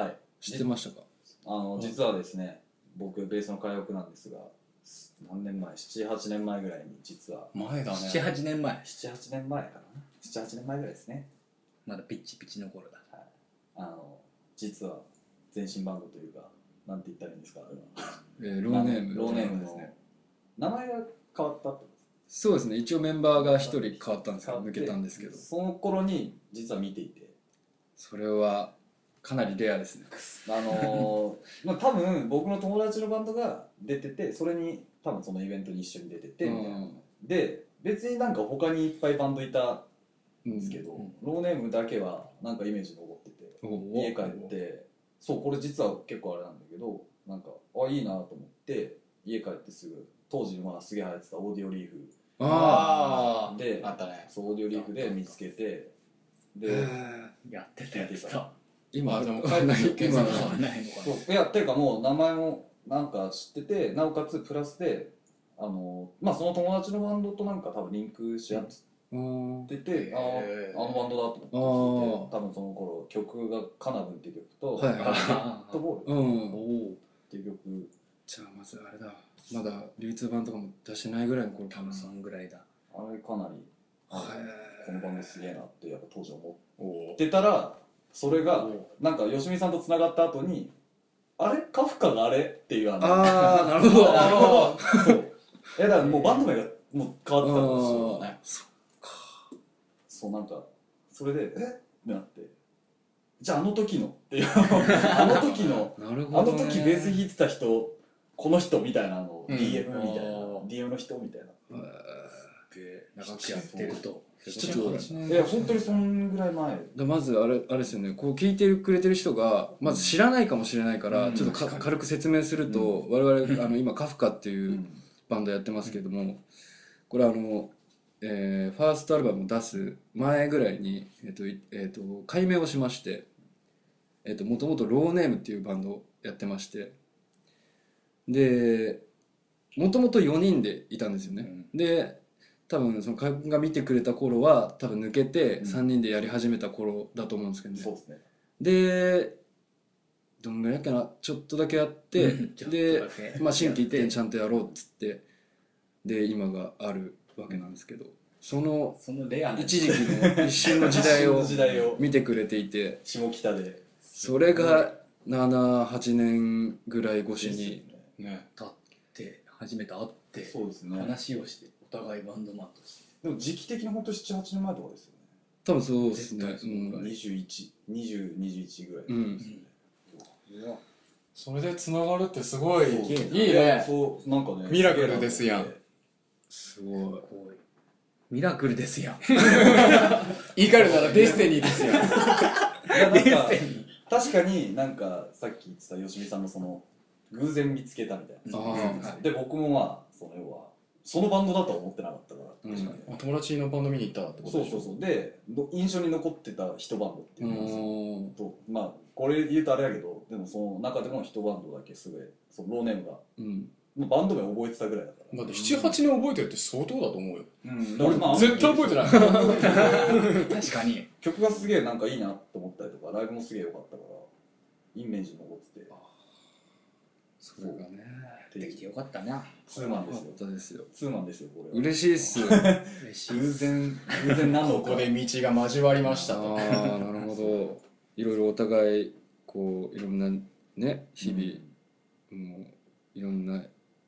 はい知ってましたかあの実はですね僕ベースの海北なんですがす何年前78年前ぐらいに実は前だね78年前78年前かな78年前ぐらいですねまだピッチピチの頃だあの実は前身バンドというかなんて言ったらいいんですかあれはえーローネームローネーでムですすねね名前が変わったってことそうですね一応メンバーが一人変わったんですけど変わ抜ってけたんですけどその頃に実は見ていてそれはかなりレアですねあのー まあ多分僕の友達のバンドが出ててそれに多分そのイベントに一緒に出ててみたいなで別になんか他にいっぱいバンドいたうんんですけど、ローネームだけはなんかイメージ残ってて家家帰ってそうこれ実は結構あれなんだけどなんかあいいなと思って家帰ってすぐ当時まあすげえ流行ってたオーディオリーフああであったねそうオーディオリーフで見つけてでやってたやつ聞いてだ今あででももかなり検今索したあないのかそういやっていうかもう名前もなんか知っててなおかつプラスであのまあその友達のバンドとなんか多分リンクし合ってうんてて、あへーあのバンドだと思って聞いて多分その頃曲が「カナブン」っていう曲と「はいフ はあットボール」いうんおっていう曲じゃあまずあれだまだ流通版とかも出してないぐらいの頃かおなそんぐらいだあれかなりあのへーこのバンドすげえなってやっぱ当時思おおってたらそれがなんか吉見さんとつながった後に「あれカフカがあれ?」っていうあのああなるほどなるほどそういやだからもうバンド名がもう変わってたんですよあーそうなんかそれで「えっ?」ってなって「じゃああの時の」っていう あの時のなるあほのど、ね、時ベース弾いてた人この人みたいなのうん DM みたいなあー DM の人みたいなで長くやってるとちょっ年いや本当にそんぐらい前でまずあれあれですよねこう聞いてくれてる人がまず知らないかもしれないから、うんちょっとか軽く説明すると、我々あの今カフカっていううんバンドやってますけども、これあの、えーファーストアルバムを出す前ぐらいに、えっといえっと改名をしましてもともとローネームっていうバンドをやってましてでもともと4人でいたんですよね、で多分その海君が見てくれた頃は多分抜けてうん3人でやり始めた頃だと思うんですけどね、そうですねでどんぐらいかなちょっとだけやって、でまあ、新規一点ちゃんとやろうっつってで今があるわけなんですけどそのそのレア一時期の一瞬の時代を一瞬の時代を見てくれていて下北でそれが78年ぐらい越しにね立って初めて会ってそうですね話をしてお互いバンドマンとしてでも時期的に本当78年前とかですよね多分そうですね絶対そううんはい212021ぐらい、うんそれでつながるってすごいそういいやねそうなんかねミラクルですやんすごいこうミラクルですよ言い換えるならデスティニーです いよやなんか確かになんかさっき言ってた吉見さんのその偶然見つけたみたいな、ああで僕もまあその要はそのバンドだとは思ってなかったから、うん確かに友達のバンド見に行ったってことそうでしそょうそうでの印象に残ってた一バンドっていううのがですねんとまあこれ言うとあれやけどでもその中でも一バンドだけすごいそのローネームがうんもうバンド名覚えてたぐらいだからだって78年覚えてるって相当だと思うようんだから俺まあ絶対覚えてない確かに曲がすげえなんかいいなと思ったりとかライブもすげえ良かったからイメージに残っててそれがねできてよかったなツーマンよでかすよったですよツーマンですよこれは嬉しいっすよ嬉しい偶然偶然なのここで道が交わりましたとああなるほどいろいろお互いこういろんなね日々、もういろんな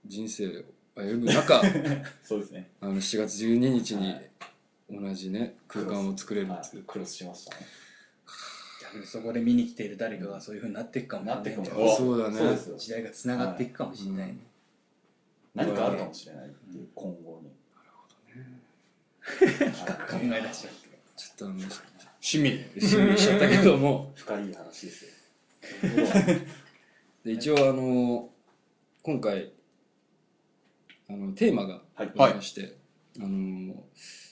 人生を歩む 中そうですねあの7月12日にはい同じね空間を作れるはっていいうクロスしましたね多分そこで見に来ている誰かがそういうふうになっていくかもしれなってくねるおそうだねそうですよ時代がつながっていくかもしれないね何かあるかもしれないっていう今後に考え出しちゃってちょっとあのしみりしみりしちゃったけども深い話ですよで一応あの今回あのテーマがはいありまして、あの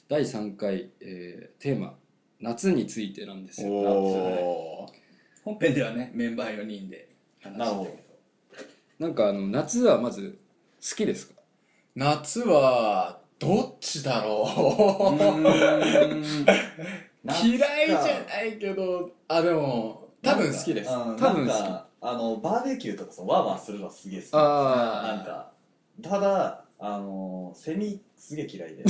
第3回、えーテーマ「夏について」なんですよお本編ではねメンバー4人で話してたなるけどほなんかあの夏はまず好きですか夏はどっちだろう嫌いじゃないけどあでも多分好きです多多分好き分あのバーベキューとかそのワーワーするのはすげえ好きあーなんか ただあのセミすげえ嫌いで出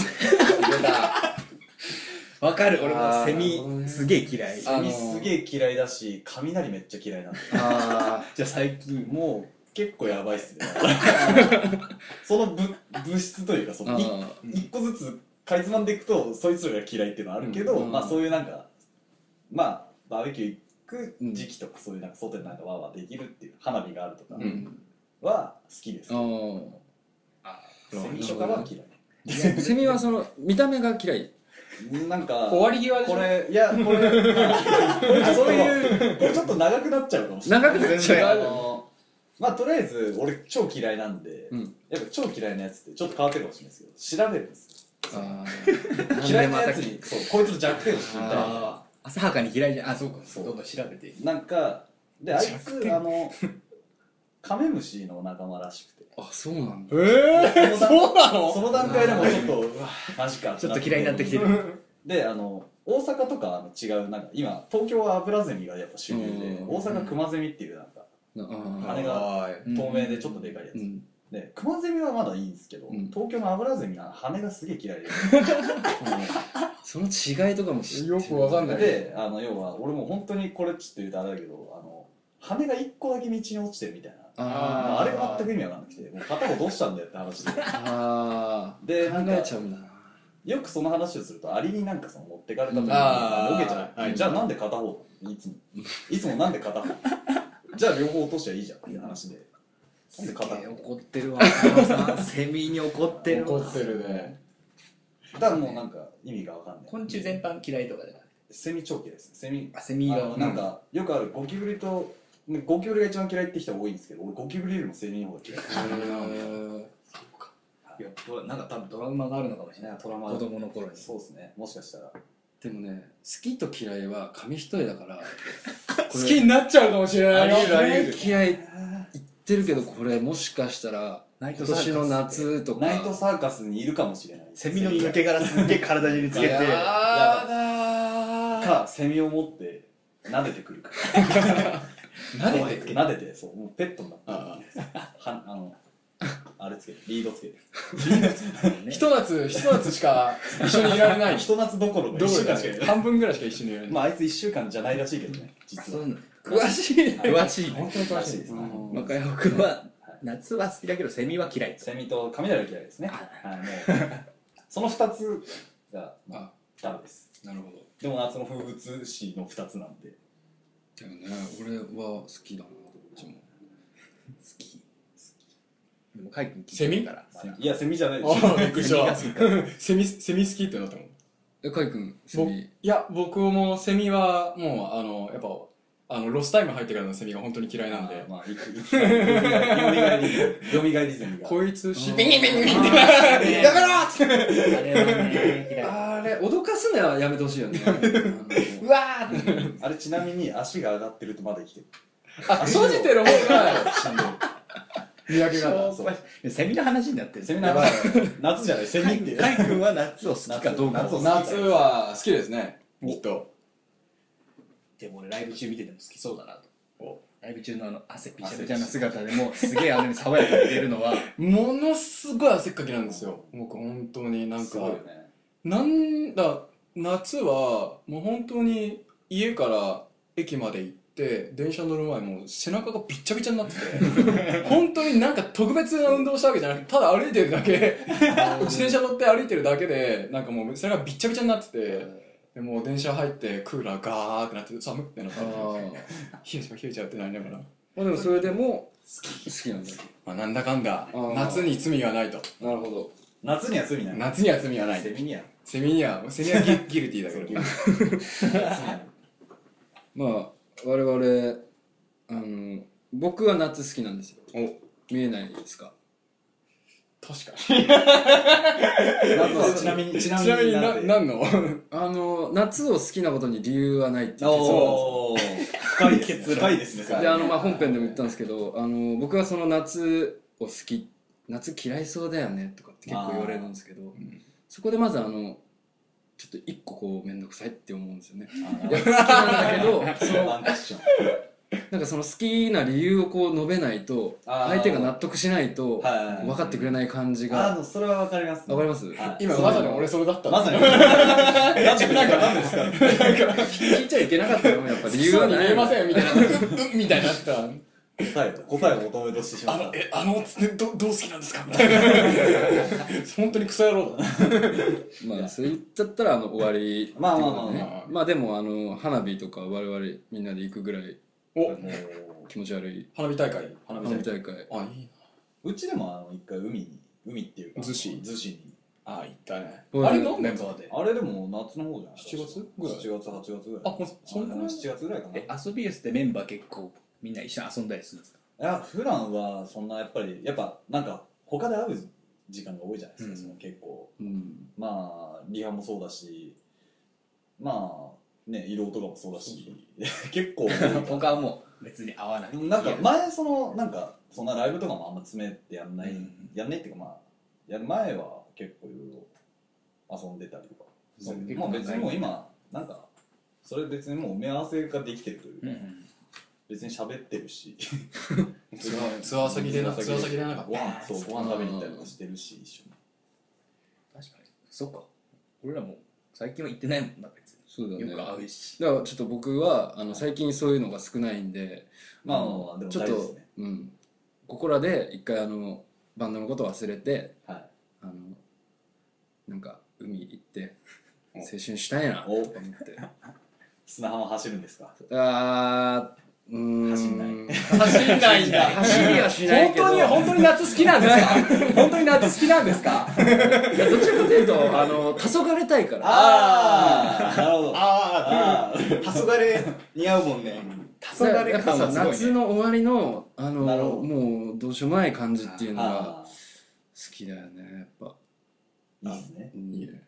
たわかる俺もセあーなるほどミねすげえ嫌いあじのセーミすげえ嫌いだし雷めっちゃ嫌いなんだよあ ゃあ最近もう結構やばいっ すねそのぶ物質というかそのいあ一個ずつかいつまんでいくとそいつらが嫌いっていうのはあるけど、うんまあそういうなんかまあバーベキュー行く時期とか、そういうなんか外でなんかわーわーできるっていう花火があるとかうんは好きです、あーセミとかは嫌いセミはその見た目が嫌いなんか終わり際でしょこれいやこれこ れそういうこれちょっと長くなっちゃうかもしれない長くなっちあゃうのまあとりあえず俺超嫌いなんで、うんやっぱ超嫌いなやつってちょっと変わってるかもしれないですけど調べるんですよあ嫌いなやつにそうこいつの弱点を知りたいあー浅はかに嫌いじゃんあそうかそうどんどん調べていきなんかであい弱つ点あのカメムシの仲間らしくてーあそうなんだええ そうなのその段階でもちょっとうわマジかちょっと嫌いになってきてるであの大阪とかあの違うなんか今東京は油ゼミがやっぱ主流でうん大阪熊ゼミっていうなんかなああれが透明でちょっとでかいやーうつんで熊ゼミはまだいいんですけどうん東京の油ゼミは羽がすげえ嫌いでその違いとかも知ってるよくわか んないであの要は俺もう本当にこれちょっと言うとあれだけどあの羽が1個だけ道に落ちてるみたいなああれが全く意味わかんなくてもう片方どうしたんだよって話でーあでーなん考かえちゃうんだなよくその話をするとアリになんかその持ってかれた時にボケちあーゃう、はいじゃあなんで片方いつもいつもなんで 片方じゃあ両方落としゃいいじゃんっていう話でなんで片すげえ方怒って るわ浅野さんセミに怒ってる怒わってるねだからもうなんか意味がわかんない昆虫全般嫌いとかじゃないセミ長期ですセミあセミあがのなんかよくあるゴキブリとねゴキブリが一番嫌いって人が多いんですけど俺ゴキブリよりもセミの方が嫌いいやドラなんか多分ドラウマがあるのかもしれないトラウマ子供の頃にそうですねもしかしたらでもね好きと嫌いは紙一重だ からこ好れきになっちゃうかもしれないよ嫌い嫌い言ってるけどこれもしかしたらナイ今年の夏とかナイトサーカスにいるかもしれないセミの抜け殻すっげえ体中につけてややだかセミを持って撫でてくるかー撫でてくる撫でてそうもうペットになってるはあ のあれつけてリードつけてひと夏ひと夏しか一緒にいられない人夏どころかど1こ週ろ間かしかいない半分ぐらいしか一緒にいられないまああいつ1週間じゃないらしいけどね実は詳しいね詳しいね本当にら楽ししいいでですすねね中山君は夏は好きだけどセミは嫌いセミと雷は嫌いですねはいもう その2つがまあダメですなるほどでも夏の風物詩の2つなんででもね俺は好きだなどっちも好きでも海君セミからまだいやセミじゃないですああびっくりしたセミセミ好きってなったもんえかいくんセぼミいや僕もセミはもうあのやっぱあのロスタイム入ってからのセミが本当に嫌いなんでまあいくいくよみがえりゼミがこいつしビニビニビニってやめろあれはね嫌いあれ脅かすのはやめてほしいよねあのうわーってあれちなみに足が上がってるとまだ生きてるあ閉じてる方が死んでる見分けがセミの話になってるセミなんか夏 じゃないセミって海君は夏を好きかどうか夏を好き夏は好きですねきっとでも俺ライブ中見てても好きそうだなとライブ中のあの汗びしゃびしゃな姿でもすげえあの爽やかに出るの はものすごい汗っかきなんですよ僕本当になんすごいかよねなんだ夏はもう本当に家から駅まで行って電車乗る前もう背中がびっちゃびちゃになってて本当になんか特別な運動したわけじゃなくてただ歩いてるだけ 自転車乗って歩いてるだけでなんかもう背中がびっちゃびちゃになっててでもう電車入ってクーラーガーってなって寒ってなって冷あえちゃう冷えちゃうってなりながら、あでもそれでも好き好きなんだまあ、なんだかんだあー夏に罪はないとなるほど夏には罪ない夏には罪はないセミにはセミにはセミはギギルティーだけどまあ我々あの僕は夏好きなんですよ見えないですか確かに夏はちなみにちなみちなみににななんで何の あの夏を好きなことに理由はないって言っておお深いですね深いですねそれであのまあ本編でも言ったんですけどあの僕はその夏を好き夏嫌いそうだよねとかって結構言われるんですけど、んそこでまずあのちょっと一個こう面倒くさいって思うんですよ ねあいや好きなんだけどなるほどそのワンクッションなんかその好きな理由をこう述べないとあー相手が納得しないとはいはいはい分かってくれない感じあがのそれはわかります分かりますはい今まさに俺それだったまさにになんでなんか何ですか聞いちゃいけなかったよ やっぱ理理由由はは見なえいませんみたいなうんみたいになった答えを答えを求めとしてしまあったのえあのつってどどう好きなんですかみたいな 本当にクソ野郎だなまあそれ言っちゃったらあの終わりっていうまあまあまこあとまねあまあでもあの花火とか我々みんなで行くぐらいお気持ち悪い花火大会花花火大会あいいうんうちでもあの一回海に海っていうか逗子逗子になあ行ったねうんあれ何年かだってあれでも夏の方じゃない7月ぐらい7月8月ぐらいあほんそんなの7月ぐらいかなえ遊びやすってメンバー結構みんな一緒に遊んだりするんですかいや普段はそんなやっぱりやっぱなんか他で会う時間が多いじゃないですか、うんその結構うんまあリハもそうだしまあね移動とかもそうだし 結構 他はもう別に会わないなんか前そのなんかそんなライブとかもあんま詰めてやんない、うんやんないっていうかまあやる前は結構いろいろ遊んでたりとかそう結ま構あ別にもう今なんかそれ別にもう埋め合わせができてるといううか、ん別に喋ってるしツアーツアー先でなツアー先でなんかご飯そうご飯食べに行ったりうとかんしてるし一緒に確かにそっか俺らも最近は行ってないもんな別そうだにねよだくか会うしらちょっと僕はあの最近そういうのが少ないんでまあまあまあでもちょっ大事ですとねうんここらで一回あのバンドのこと忘れてはいあのなんか海行って青春したいなとお思って砂浜走るんですかあーうーん走ん走んないんだ走りはしないけど本当に夏好きな んですか本当に夏好きなんですかいやどちらかというとあの黄昏たいからああなるほどああー黄昏似合うもんね黄や昏っぱ感さはすごいね夏の終わりのあのなるほどもうどうしようもない感じっていうのがあ好きだよねやっぱーいいですねいいね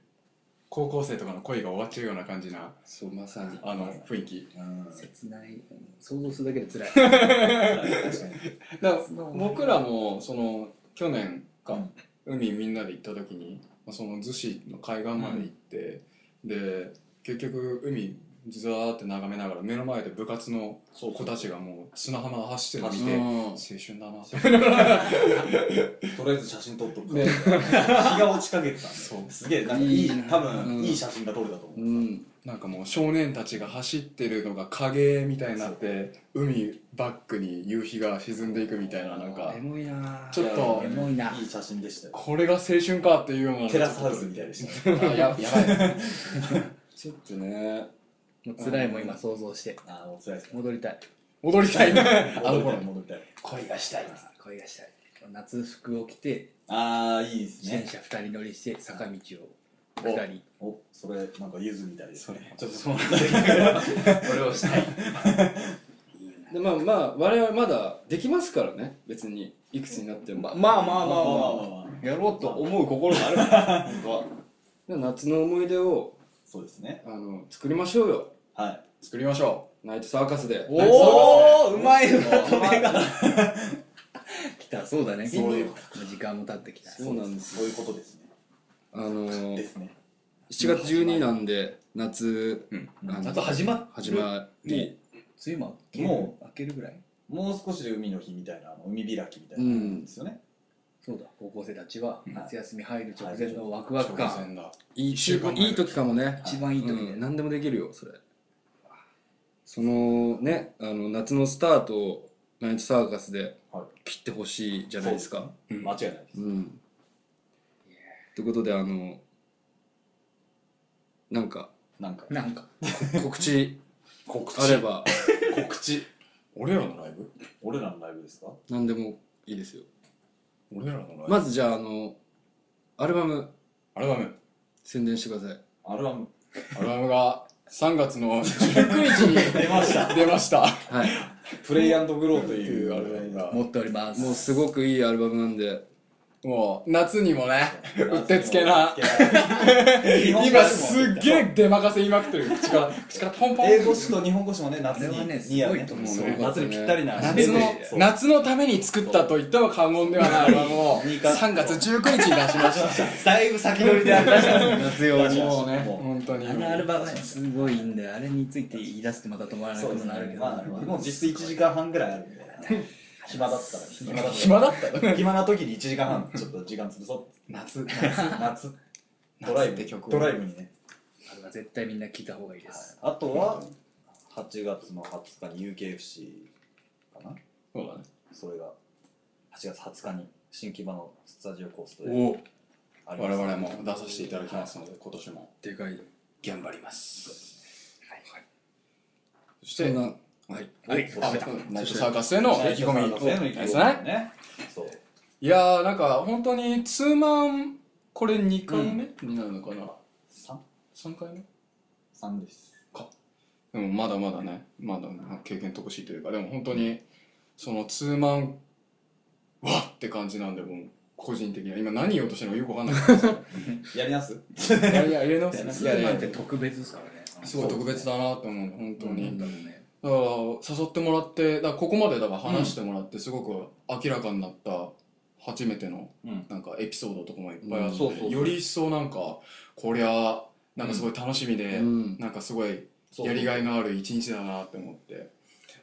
高校生とかの恋が終わっちゃうような感じなそうまさにあの雰囲気うん切ない想像するだけで辛い 確かにだから僕らもその去年か、うん海みんなで行った時にまあその逗子の海岸まで行って、で結局海ずわーって眺めながら目の前で部活のそう子たちがもう砂浜走ってるの見てうん青春だなとりあえず写真撮っとくね日が落ちかけてたんそうで、すげえなんかいいいいな多う分んいい写真が撮れたと思ううんなんかもう少年たちが走ってるのが影みたいになって海バックに夕日が沈んでいくみたいななんかエモいなちょっとエモいないい写真でしたよこれが青春かっていうようなテラスハウスみたいでした あややばいちょっとねもう辛いもん今想像してああおつらいですね戻りたい踊りたいあ戻りたの頃い戻りたい恋がしたい恋がしたい夏服を着てああいいです自転ね車二人乗りして坂道を下りおそれなんかゆずみたいですねちょっとそうなんだけど俺をしたいでまあまあ我々まだできますからね別にいくつになっても、ままあまあまあまあまあやろうと思う心 があるから本当はで夏の思い出をそうですねあの作りましょうよはい作りましょナイトサーカスでおおうまいまとめが来たそうだねそういう時間も経ってきたそうなんですそういうことですねあのーですね7月12なんで夏、あの夏始まる始まり梅雨ももう明けるぐらいもう少しで海の日みたいなあの海開きみたいなうんですよねそうだ高校生たちは夏休み入る直直前前ののワクうワク挑感戦だいい一週間前いい時かもね一番いい時だようん、何でもできるよそれそのねあの夏のスタートをナイトサーカスではい切ってほしいじゃないですかそう間違いないですうんということであのなんかなんかなんか告知告知あれば告知俺らのライブ俺らのライブですか何でもいいですよ俺らのライブ、まずじゃああのアルバムアルバム宣伝してくださいアルバムアルバムが3月の19日に 出ました出ましたっはいプレイアンドグローとていいううアアルルババムムが持っておりますもうすごくいいアルバムなんでもう夏にもね うってつけな日本語詞も今すっげえ出まかせ言いまくってる口から口からポンポン英語詞と日本語詞もね夏あれはにね似合うすねとご思い思とうね夏にぴったりな夏のそう夏のために作ったと言っても過言ではないアルバムをいいか3月19日に出しましだいぶ先取りであった夏用たもうねも本当にあのアルバムはねすごいんだよあれについて言い出すってまた止まらうなそうくですもなるねけどまあもう実質1時間半ぐらいあるんで暇だったら暇だった暇だったよら暇な時に1時間半ちょっと時間潰そう夏夏ドライブ夏って曲をドライブにねあれは絶対みんな聞いた方がいいです。あとは8月の20日に UKFC かなそうだねそれが8月20日に新木場のスタジオコーストでおおあり我ます々も出させていただきますので今年もでかい頑張りますそしてなはいはいそうあそうナイトサーカスへの意気込みですねねそういやーなんか本当にツーマンこれ2回目、になるのかな3回目33ですでもまだまだねまだまあ経験乏しいというかでも本当にそのツーマンわっって感じなんでもう個人的には今何言おうとしてるのかよくわかんないやりますいやいや入れ直すツいやーいマやンって特別ですからね。すごい特別だなと思う本当に、本だ当かにね。ら誘ってもらってだからここまでだから話してもらってすごく明らかになった初めてのうんなんかエピソードとかもいっぱいあっうて、んそうそうそうより一層なんかこりゃなんかすごい楽しみで、うんなんかすごいそうやりがいのある一日だなって思ってだか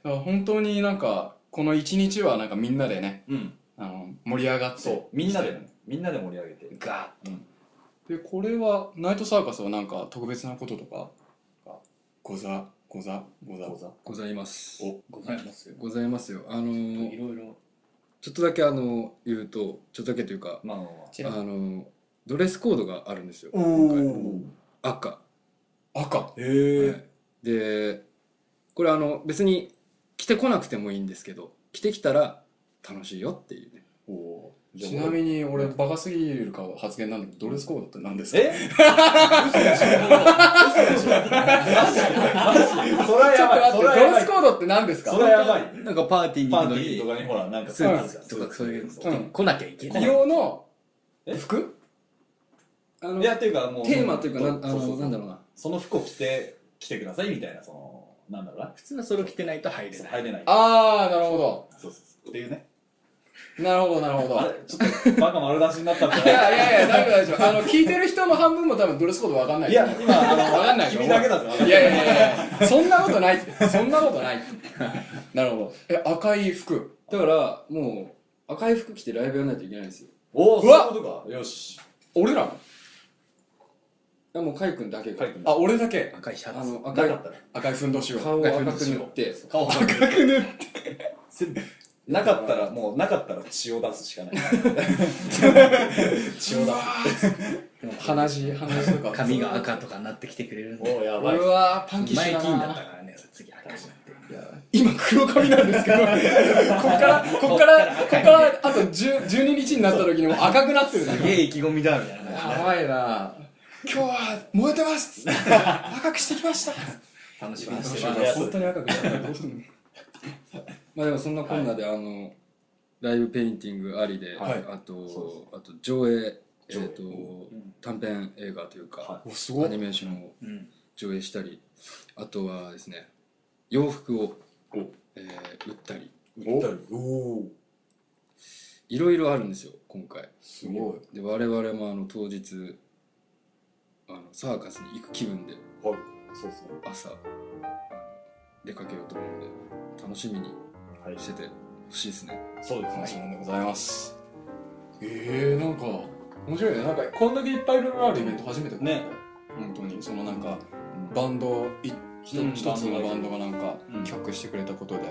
ら本当になんかこの一日はなんかみんなでねうんあの盛り上がってそうみんなでみんなで盛り上げてガでこれはナイトサーカスはなんか特別なこととかがござござござ講座ございますーッございますよ。ございますよあのいーろいろ。ちょっとだけあの言うとちょっとだけというかまあまあまあのードレスコードがあるんですよあ赤赤はへえいでこれあの別に着てこなくてもいいんですけど着てきたら楽しいよっていうねおじゃあちなみに俺バカすぎるか発言なんだけどドレスコードって何ですかえ それはやばいそちれはょっと待ってやドレばいスコードって何ですかそれはやばいなんかパーティーにパ行ーくテのィーにとかにほらなんかスーツそうとかそういうのそうん来なきゃいけない。美容のえ服あのいやっていうかもうテーマというかなんあそうそうのそうなんだろうなその服を着て来てくださいみたいなそのなんだろうな普通のそれを着てないと入れない。入れないああなるほどそうそうそうっていうねなるほどなるほどあれちょっとバカ丸出しになったんじゃ いなやいやいや大丈夫大丈夫あの聞いてる人の半分も多分ドレスコードわかんないいいいや今あのわかんない よ君だけだぞいやいやいやいやそんなことないってそんなことないってなるほどえ赤い服だからもう赤い服着てライブやらないといけないんですよおおうそういわうことかよし俺らもだからもうカイ君だけ書がいてみあ俺だけ赤いシあャツ。の赤なかいったら赤いふんどしを顔を赤く塗って顔赤く塗っなかったらもうなかったら血を出すしかない血を出て鼻血鼻血とか髪が赤とかになってきてくれるんすおで。おやうばいわーパンキッ前シュだ金なだったからね、次赤になって。今黒髪なんですけどこっからこっからこっからあと10 12日になった時にもう赤くなってるねすげえ意気込みだみたいな感やばいな今日は燃えてます赤くしてきましたじ。楽しみにしてます。ます本当に赤くなるまあでもそんなこんなで、あのライブペインティングありで、はいあそうでとあと上映え上映ーと短編映画というかは、おすアごいニメーションをうん。上映したりあとはですね洋服を、えー売ったりおおいろいろあるんですよ今回すごいで我々もあの当日あのサーカスに行く気分ではいそうですね朝出かけようと思うので楽しみにはいしててほしいですねそうです楽しねみでございますえー、なんか面白いねなんかこんだけいっぱいいろいろあるイベント初めてかもね本当にそのなんかバンドい一うん一つのバンドがなんかうん企画してくれたことで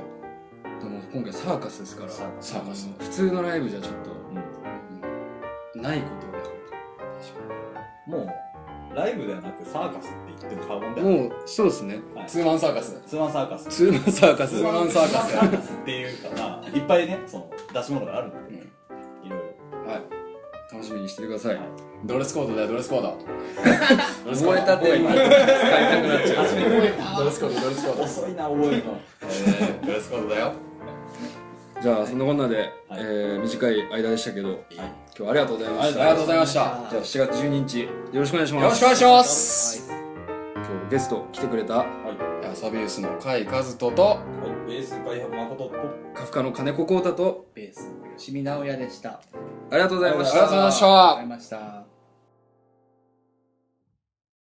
でも今回サーカスですからサーカサーカスあの普通のライブじゃちょっうんとないことをやろもうライブではなくサーカスって言っても過言でうはなもいうそうですねはいツーマンサーカスツーマンサーカスツーマンサーカスツーマンサーカスサーカスっていうかまあいっぱいねその出し物があるんで、いろいはい楽しみにしててくださいはいドレスコードだよドレスコードドレスコード燃えたて今使いたく なっちゃう初めてドレスコードドレスコーろド遅いな覚えるのえー、ドレスコード だよじゃあそんなこんなで、はいえー短い間でしたけど、今日はありがとうございまありしたがとうございましたよじゃあ7月12日よろしくお願いしますろしくお願いします今日ゲスト来てくれたアサビウスの甲斐和人とはいベース開発誠とカフカの金子浩太とベースの吉見直哉でした。あありりがとうございましありがとうございまたしたがとうございました。